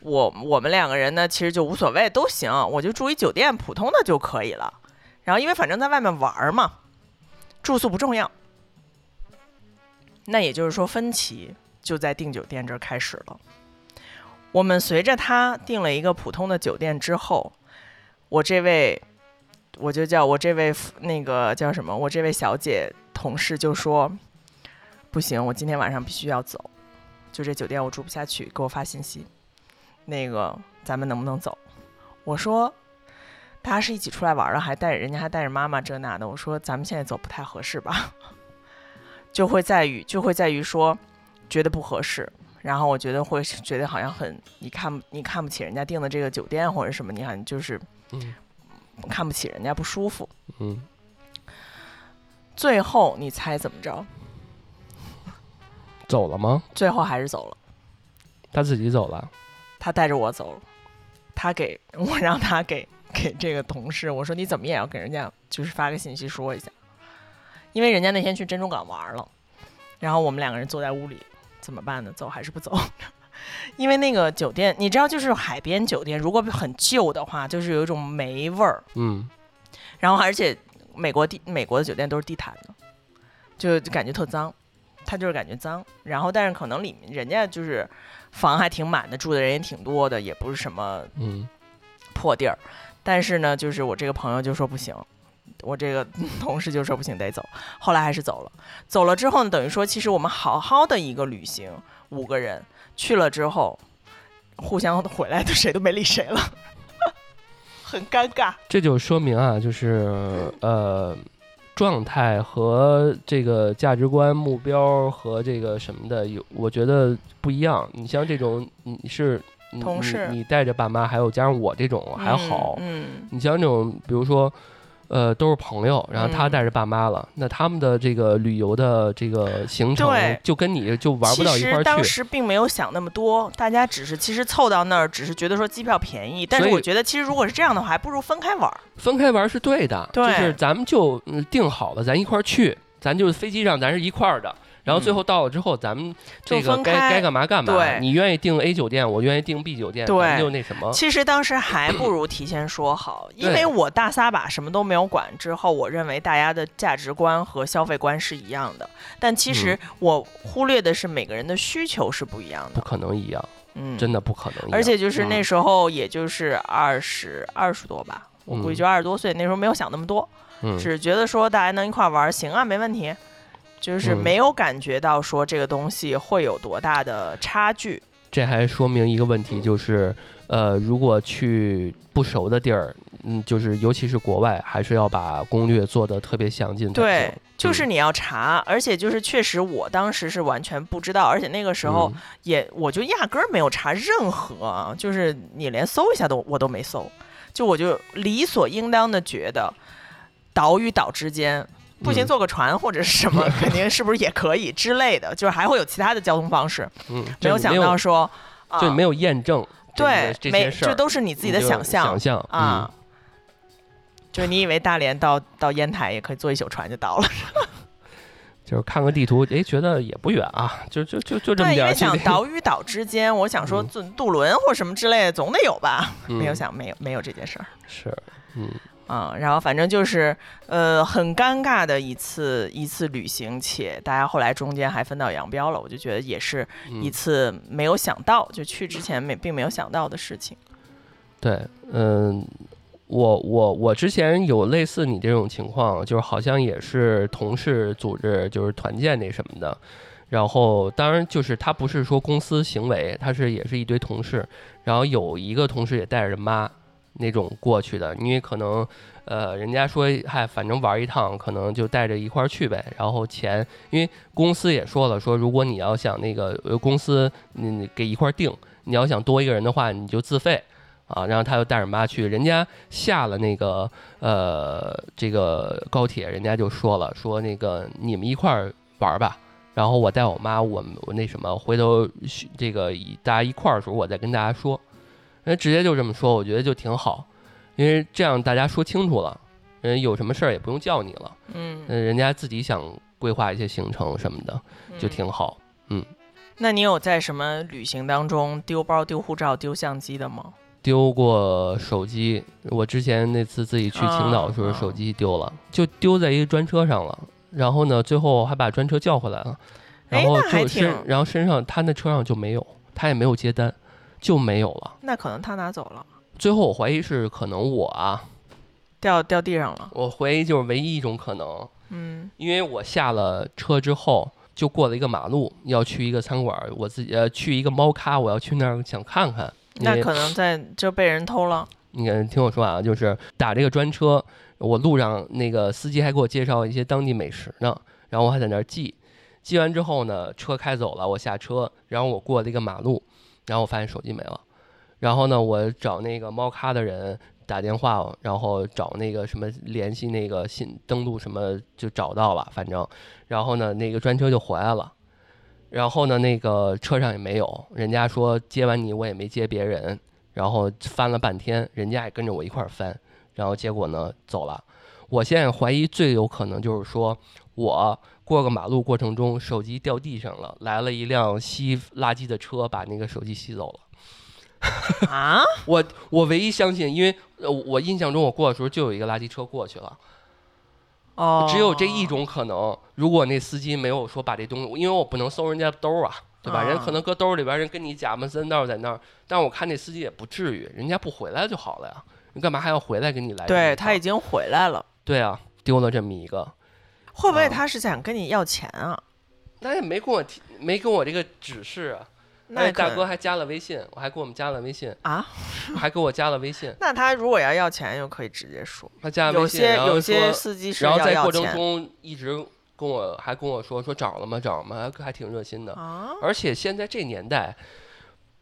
Speaker 2: 我我们两个人呢其实就无所谓，都行，我就住一酒店普通的就可以了。然后因为反正在外面玩儿嘛，住宿不重要。那也就是说，分歧就在订酒店这儿开始了。我们随着他订了一个普通的酒店之后，我这位我就叫我这位夫那个叫什么，我这位小姐同事就说，不行，我今天晚上必须要走，就这酒店我住不下去，给我发信息，那个咱们能不能走？我说，大家是一起出来玩了，还带着人家还带着妈妈这那的，我说咱们现在走不太合适吧， [LAUGHS] 就会在于就会在于说觉得不合适。然后我觉得会觉得好像很你看你看不起人家订的这个酒店或者什么，你好像就是
Speaker 3: 嗯
Speaker 2: 看不起人家不舒服。
Speaker 3: 嗯，
Speaker 2: 最后你猜怎么着？
Speaker 3: 走了吗？
Speaker 2: 最后还是走了，
Speaker 3: 他自己走了。
Speaker 2: 他带着我走了，他给嗯我让他给给这个同事，我说你怎么也要给人家就是发个信息说一下，因为人家那天去珍珠港玩了，然后我们两个人坐在屋里，怎么办呢？走还是不走？ [LAUGHS] 因为那个酒店，你知道，就是海边酒店，如果很旧的话，就是有一种霉味儿，
Speaker 3: 嗯，
Speaker 2: 然后而且美国地美国的酒店都是地毯的，就就感觉特脏，他就是感觉脏。然后但是可能里面人家就是房还挺满的，住的人也挺多的，也不是什么
Speaker 3: 嗯，
Speaker 2: 破地儿。但是呢，就是我这个朋友就说不行，我这个同事就说不行得走，后来还是走了。走了之后呢，等于说其实我们好好的一个旅行，五个人去了之后，互相回来的谁都没理谁了， [LAUGHS] 很尴尬。
Speaker 3: 这就说明啊，就是呃，状态和这个价值观、目标和这个什么的，有我觉得不一样。你像这种，你是你
Speaker 2: 同事
Speaker 3: 你，你带着爸妈，还有加上我这种还好。
Speaker 2: 嗯，嗯
Speaker 3: 你像这种，比如说呃，都是朋友，然后他
Speaker 2: 嗯
Speaker 3: 带着爸妈了，那他们的这个旅游的这个行程
Speaker 2: 对
Speaker 3: 就跟你就玩不到一块
Speaker 2: 其实
Speaker 3: 儿
Speaker 2: 当
Speaker 3: 去。
Speaker 2: 时并没有想那么多，大家只是其实凑到那儿，只是觉得说机票便宜。但是
Speaker 3: 所以
Speaker 2: 我觉得，其实如果是这样的话，还不如分开玩儿。
Speaker 3: 分开玩是对的，
Speaker 2: 对
Speaker 3: 就是咱们就嗯定好了，咱一块儿去，咱就是飞机上咱是一块儿的。然后最后到了之后，咱们这
Speaker 2: 嗯就
Speaker 3: 个
Speaker 2: 分
Speaker 3: 该
Speaker 2: 开
Speaker 3: 该干嘛干嘛。
Speaker 2: 对
Speaker 3: 你愿意订 A 酒店，我愿意订 B 酒店，
Speaker 2: 对
Speaker 3: 咱们就那什么。
Speaker 2: 其实当时还不如提前说好，因
Speaker 3: 啊
Speaker 2: 为
Speaker 3: 对
Speaker 2: 我大撒把什么都没有管，之后我认为大家的价值观和消费观是一样的，但其实我忽略的是每个人的需求是不一样
Speaker 3: 嗯不
Speaker 2: 的。
Speaker 3: 可能一样，
Speaker 2: 嗯，
Speaker 3: 真的不可能一样。
Speaker 2: 而且就是
Speaker 3: 嗯
Speaker 2: 那时候也就是二十二十多吧，我估计就二十多岁，那时候没有想那么多，
Speaker 3: 嗯，
Speaker 2: 只是觉得说大家能一块儿玩儿，行啊，没问题。就是
Speaker 3: 嗯
Speaker 2: 没有感觉到说这个东西会有多大的差距，
Speaker 3: 这还说明一个问题，就是呃，如果去不熟的地儿，嗯，就是尤其是国外，还是要把攻略做得特别详尽。
Speaker 2: 对，就是
Speaker 3: 嗯
Speaker 2: 你要查，而且就是确实我当时是完全不知道，而且那个时候
Speaker 3: 嗯
Speaker 2: 也我就压根儿没有查任何啊，就是你连搜一下都我都没搜，就我就理所应当的觉得岛与岛之间。不行，
Speaker 3: 嗯
Speaker 2: 坐个船或者是什么，
Speaker 3: [LAUGHS]
Speaker 2: 肯定是不是也可以之类的，就是还会有其他的交通方式。
Speaker 3: 嗯，
Speaker 2: 没有
Speaker 3: 就你
Speaker 2: 想到说，啊，
Speaker 3: 就你没有验证这个
Speaker 2: 对，
Speaker 3: 这
Speaker 2: 没，
Speaker 3: 些事
Speaker 2: 这
Speaker 3: 儿，
Speaker 2: 都是你自己
Speaker 3: 你
Speaker 2: 的
Speaker 3: 就
Speaker 2: 想象
Speaker 3: 想象嗯
Speaker 2: 啊。。就是你以为大连到到烟台也可以坐一宿船就到了，
Speaker 3: 嗯就是看个地图，哎，觉得也不远啊，就就就就这么
Speaker 2: 对，因
Speaker 3: 点儿
Speaker 2: 为
Speaker 3: 距离。
Speaker 2: 想
Speaker 3: [LAUGHS]
Speaker 2: 岛与岛之间，我想说
Speaker 3: 嗯
Speaker 2: 坐渡轮或什么之类的，总得有吧？
Speaker 3: 嗯
Speaker 2: 没有想没有没有这件事儿
Speaker 3: 是，嗯
Speaker 2: 啊、然后反正就是呃很尴尬的一次一次旅行，且大家后来中间还分道扬镳了，我就觉得也是
Speaker 3: 嗯
Speaker 2: 一次没有想到，就去之前没并没有想到的事情。
Speaker 3: 对，嗯，我我我之前有类似你这种情况，就是好像也是同事组织就是团建那什么的，然后当然就是他不是说公司行为，他是也是一堆同事，然后有一个同事也带着妈那种过去的，因为可能呃人家说嗨，反正玩一趟，可能就带着一块儿去呗，然后钱因为公司也说了，说如果你要想那个呃公司你你给一块儿定，你要想多一个人的话，你就自费。啊，然后他就带着妈去，人家下了那个呃这个高铁，人家就说了，说那个你们一块儿玩儿吧，然后我带我妈，我们我那什么，回头去这个一大家一块儿的时候，我再跟大家说，人家直接就这么说，我觉得就挺好，因为这样大家说清楚了，人有什么事儿也不用叫你了，
Speaker 2: 嗯，
Speaker 3: 嗯，人家自己想规划一些行程什么的，就
Speaker 2: 嗯
Speaker 3: 挺好。
Speaker 2: 那你有在什么旅行当中丢包、丢护照、丢相机的吗？
Speaker 3: 丢过手机，我之前那次自己去青岛的时候，
Speaker 2: 啊
Speaker 3: 手机丢了，就丢在一个专车上了。然后呢，最后还把专车叫回来了，
Speaker 2: 哎
Speaker 3: 然后
Speaker 2: 那还
Speaker 3: 就身
Speaker 2: 挺，
Speaker 3: 然后身上他那车上就没有，他也没有接单，就没有了。
Speaker 2: 那可能他拿走了，
Speaker 3: 最后我怀疑是可能我啊，
Speaker 2: 掉掉地上了。
Speaker 3: 我怀疑就是唯一一种可能，
Speaker 2: 嗯
Speaker 3: 因为我下了车之后就过了一个马路，要去一个餐馆，我自己呃去一个猫咖，我要去那儿想看看。因
Speaker 2: 那
Speaker 3: 为
Speaker 2: 可能在就被人偷 [LAUGHS] 了。
Speaker 3: 你看，听我说啊，就是打这个专车，我路上那个司机还给我介绍一些当地美食呢，然后我还在那儿记，记完之后呢，车开走了，我下车，然后我过了一个马路，然后我发现手机没了，然后呢，我找那个猫咖的人打电话，然后找那个什么联系那个新登录什么就找到了，反正，然后呢，那个专车就回来了。然后呢，那个车上也没有，人家说接完你，我也没接别人，然后翻了半天，人家也跟着我一块儿翻，然后结果呢走了。我现在怀疑最有可能就是说我过个马路过程中手机掉地上了，来了一辆吸垃圾的车把那个手机吸走了。
Speaker 2: 啊？
Speaker 3: 我我唯一相信，因为呃我印象中我过的时候就有一个垃圾车过去了，
Speaker 2: 哦，
Speaker 3: 只有这一种可能。如果那司机没有说把这东西，因为我不能搜人家兜儿啊，对吧？
Speaker 2: 啊
Speaker 3: 人可能搁兜儿里边儿，人跟你假模三道在那儿，但我看那司机也不至于，人家不回来就好了呀。你干嘛还要回来跟你来这么一趟？
Speaker 2: 对他已经回来了，
Speaker 3: 对啊，丢了这么一个，
Speaker 2: 会不会
Speaker 3: 啊
Speaker 2: 他是想跟你要钱啊？
Speaker 3: 他也没跟我提，没跟我这个指示啊。
Speaker 2: 那
Speaker 3: 哎大
Speaker 2: 可
Speaker 3: 哥还加了微信，我还给我们加了微信，
Speaker 2: 啊？
Speaker 3: 还给我加了微信，
Speaker 2: 那他如果要要钱，就可以直接说。
Speaker 3: 他加了
Speaker 2: 有
Speaker 3: 微信，
Speaker 2: 些
Speaker 3: 然后
Speaker 2: 有
Speaker 3: 说
Speaker 2: 些，司机是
Speaker 3: 然后
Speaker 2: 要
Speaker 3: 在
Speaker 2: 要
Speaker 3: 过程
Speaker 2: 钱
Speaker 3: 中一直跟我还跟我说说找了吗？找了吗？还还挺热心的。
Speaker 2: 啊。
Speaker 3: 而且现在这嗯年代，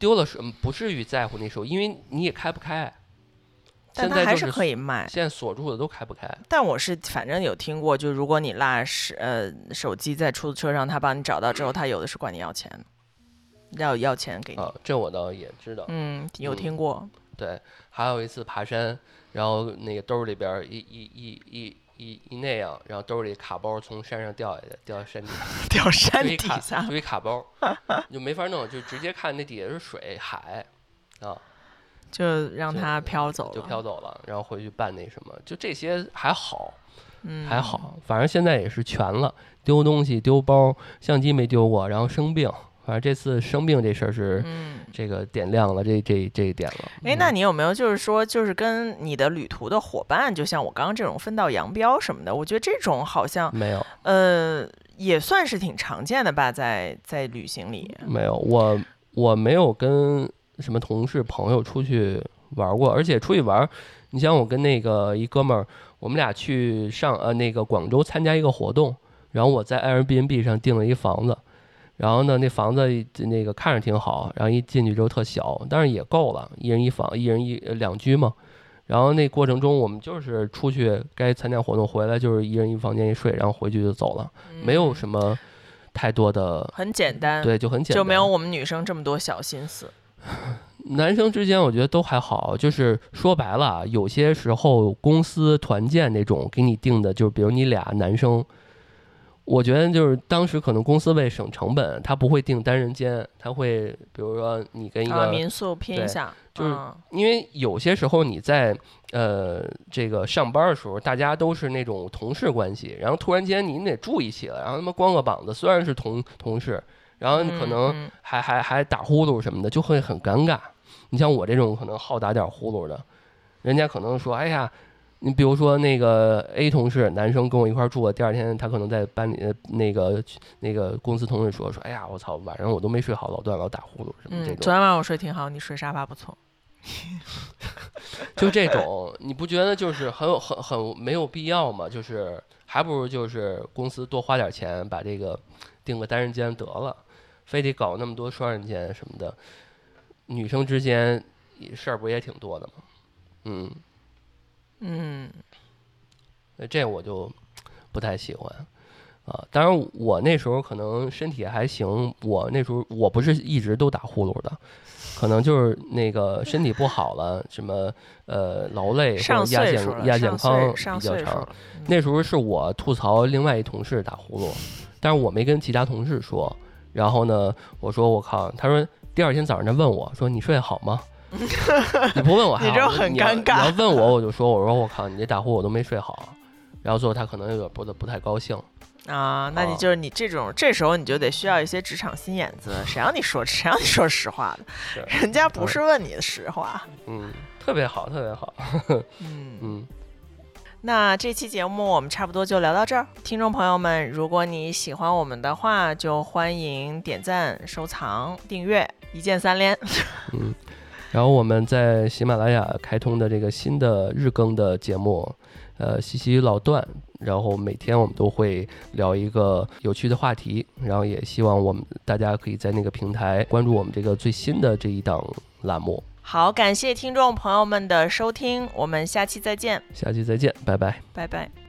Speaker 3: 丢了什么不至于在乎那时候，因为你也开不开。
Speaker 2: 但
Speaker 3: 现
Speaker 2: 它
Speaker 3: 在
Speaker 2: 还
Speaker 3: 就是
Speaker 2: 可以卖。
Speaker 3: 现在锁住的都开不开。
Speaker 2: 但我是反正有听过，就如果你落是呃手机在出租车上，他帮你找到之后，他有的是管你要钱，要要钱给你。
Speaker 3: 啊，这我倒也知道。
Speaker 2: 嗯，有
Speaker 3: 嗯
Speaker 2: 听过。
Speaker 3: 对，还有一次爬山，然后那个兜里边儿一一一一一一那样，然后兜里卡包从山上掉下去，掉到山底
Speaker 2: [LAUGHS]
Speaker 3: 下，
Speaker 2: 掉山
Speaker 3: 就一
Speaker 2: 底
Speaker 3: 卡 [LAUGHS]
Speaker 2: 下
Speaker 3: 就一卡
Speaker 2: [LAUGHS]
Speaker 3: 包，就没法弄，就直接看那底下是水海啊，
Speaker 2: 就让
Speaker 3: 就
Speaker 2: 它飘走了，
Speaker 3: 就飘走了，然后回去办那什么，就这些还好
Speaker 2: 嗯，
Speaker 3: 还好，反正现在也是全了，丢东西丢包，相机没丢过，然后生病，反正这次生病这事儿是
Speaker 2: 嗯，
Speaker 3: 这个点亮了这这这一点了。
Speaker 2: 哎，
Speaker 3: 嗯
Speaker 2: 那你有没有就是说，就是跟你的旅途的伙伴，就像我刚刚这种分道扬镳什么的，我觉得这种好像
Speaker 3: 嗯没有？
Speaker 2: 呃也算是挺常见的吧，在在旅行里，
Speaker 3: 没有，我我没有跟什么同事朋友出去玩过，而且出去玩，你像我跟那个一哥们儿，我们俩去上呃那个广州参加一个活动，然后我在 Airbnb 上订了一房子，然后呢那房子那个看着挺好，然后一进去之后特小，但是也够了，一人一房，一人一呃两居嘛。然后那过程中，我们就是出去该参加活动，回来就是一人一房间一睡，然后回去就走了，
Speaker 2: 嗯
Speaker 3: 没有什么太多的
Speaker 2: 很简单，
Speaker 3: 对，就很简
Speaker 2: 嗯
Speaker 3: 单，
Speaker 2: 就没有我们女生这么多小心思。
Speaker 3: 男生之间，我觉得都还好。就是说白了啊，有些时候公司团建那种给你定的，就是比如你俩男生，我觉得就是当时可能公司为省成本，他不会定单人间，他会比如说你跟一个，
Speaker 2: 啊，民宿拼一
Speaker 3: 对
Speaker 2: 下，
Speaker 3: 就是
Speaker 2: 嗯
Speaker 3: 因为有些时候你在呃这个上班的时候，大家都是那种同事关系，然后突然间你得住一起了，然后他妈光个膀子，虽然是同同事，然后你可能、
Speaker 2: 嗯
Speaker 3: 还还还打呼噜什么的，就会很尴尬。你像我这种可能好打点呼噜的，人家可能说：“哎呀，你比如说那个 A 同事，男生跟我一块儿住，第二天他可能在班里呃那个那个公司同事说说：‘哎呀，我操，晚上我都没睡好，老段老打呼噜什么
Speaker 2: 嗯，
Speaker 3: 这
Speaker 2: 嗯
Speaker 3: 种。
Speaker 2: 昨天晚上我睡挺好，你睡沙发不错，
Speaker 3: 就这种，你不觉得就是很有很很没有必要吗？就是还不如就是公司多花点钱把这个订个单人间得了，非得搞那么多双人间什么的。女生之间也事儿不也挺多的吗？嗯，
Speaker 2: 嗯，
Speaker 3: 那呃这我就不太喜欢啊。当然，我那时候可能身体还行，我那时候我不是一直都打呼噜的，可能就是那个身体不好了，什么呃劳累或
Speaker 2: 上
Speaker 3: 者亚
Speaker 2: 岁数
Speaker 3: 健
Speaker 2: 了，上
Speaker 3: 亚健
Speaker 2: 岁
Speaker 3: 康比
Speaker 2: 上
Speaker 3: 较
Speaker 2: 岁数
Speaker 3: 长。
Speaker 2: 了，
Speaker 3: 那时候是我吐槽另外一同事打呼噜，但是我没跟其他同事说。然后呢，我说我靠，他说第二天早上他问我说你睡得好
Speaker 2: [LAUGHS]
Speaker 3: 吗？你不问我还好，
Speaker 2: 你这很
Speaker 3: 你要
Speaker 2: 尴尬
Speaker 3: 你要问
Speaker 2: [LAUGHS]
Speaker 3: 我我就说我说我靠，你这打呼我都没睡好。然后最后他可能有点不不太高兴，
Speaker 2: 啊，那你
Speaker 3: 啊
Speaker 2: 就是你这种，这时候你就得需要一些职场心眼子，谁让你说谁让你说实话
Speaker 3: [LAUGHS]
Speaker 2: 的，
Speaker 3: 对
Speaker 2: 人家不是问你的实话。
Speaker 3: 嗯，特别好，特别好，
Speaker 2: 嗯，
Speaker 3: 嗯，
Speaker 2: 那这期节目我们差不多就聊到这儿。听众朋友们，如果你喜欢我们的话，就欢迎点赞、收藏、订阅，一键三连。
Speaker 3: 然后我们在喜马拉雅开通的这个新的日更的节目，呃，西西老段，然后每天我们都会聊一个有趣的话题，然后也希望我们大家可以在那个平台关注我们这个最新的这一档栏目，
Speaker 2: 好，感谢听众朋友们的收听，我们下期再见，
Speaker 3: 下期再见，拜拜。
Speaker 2: 拜拜。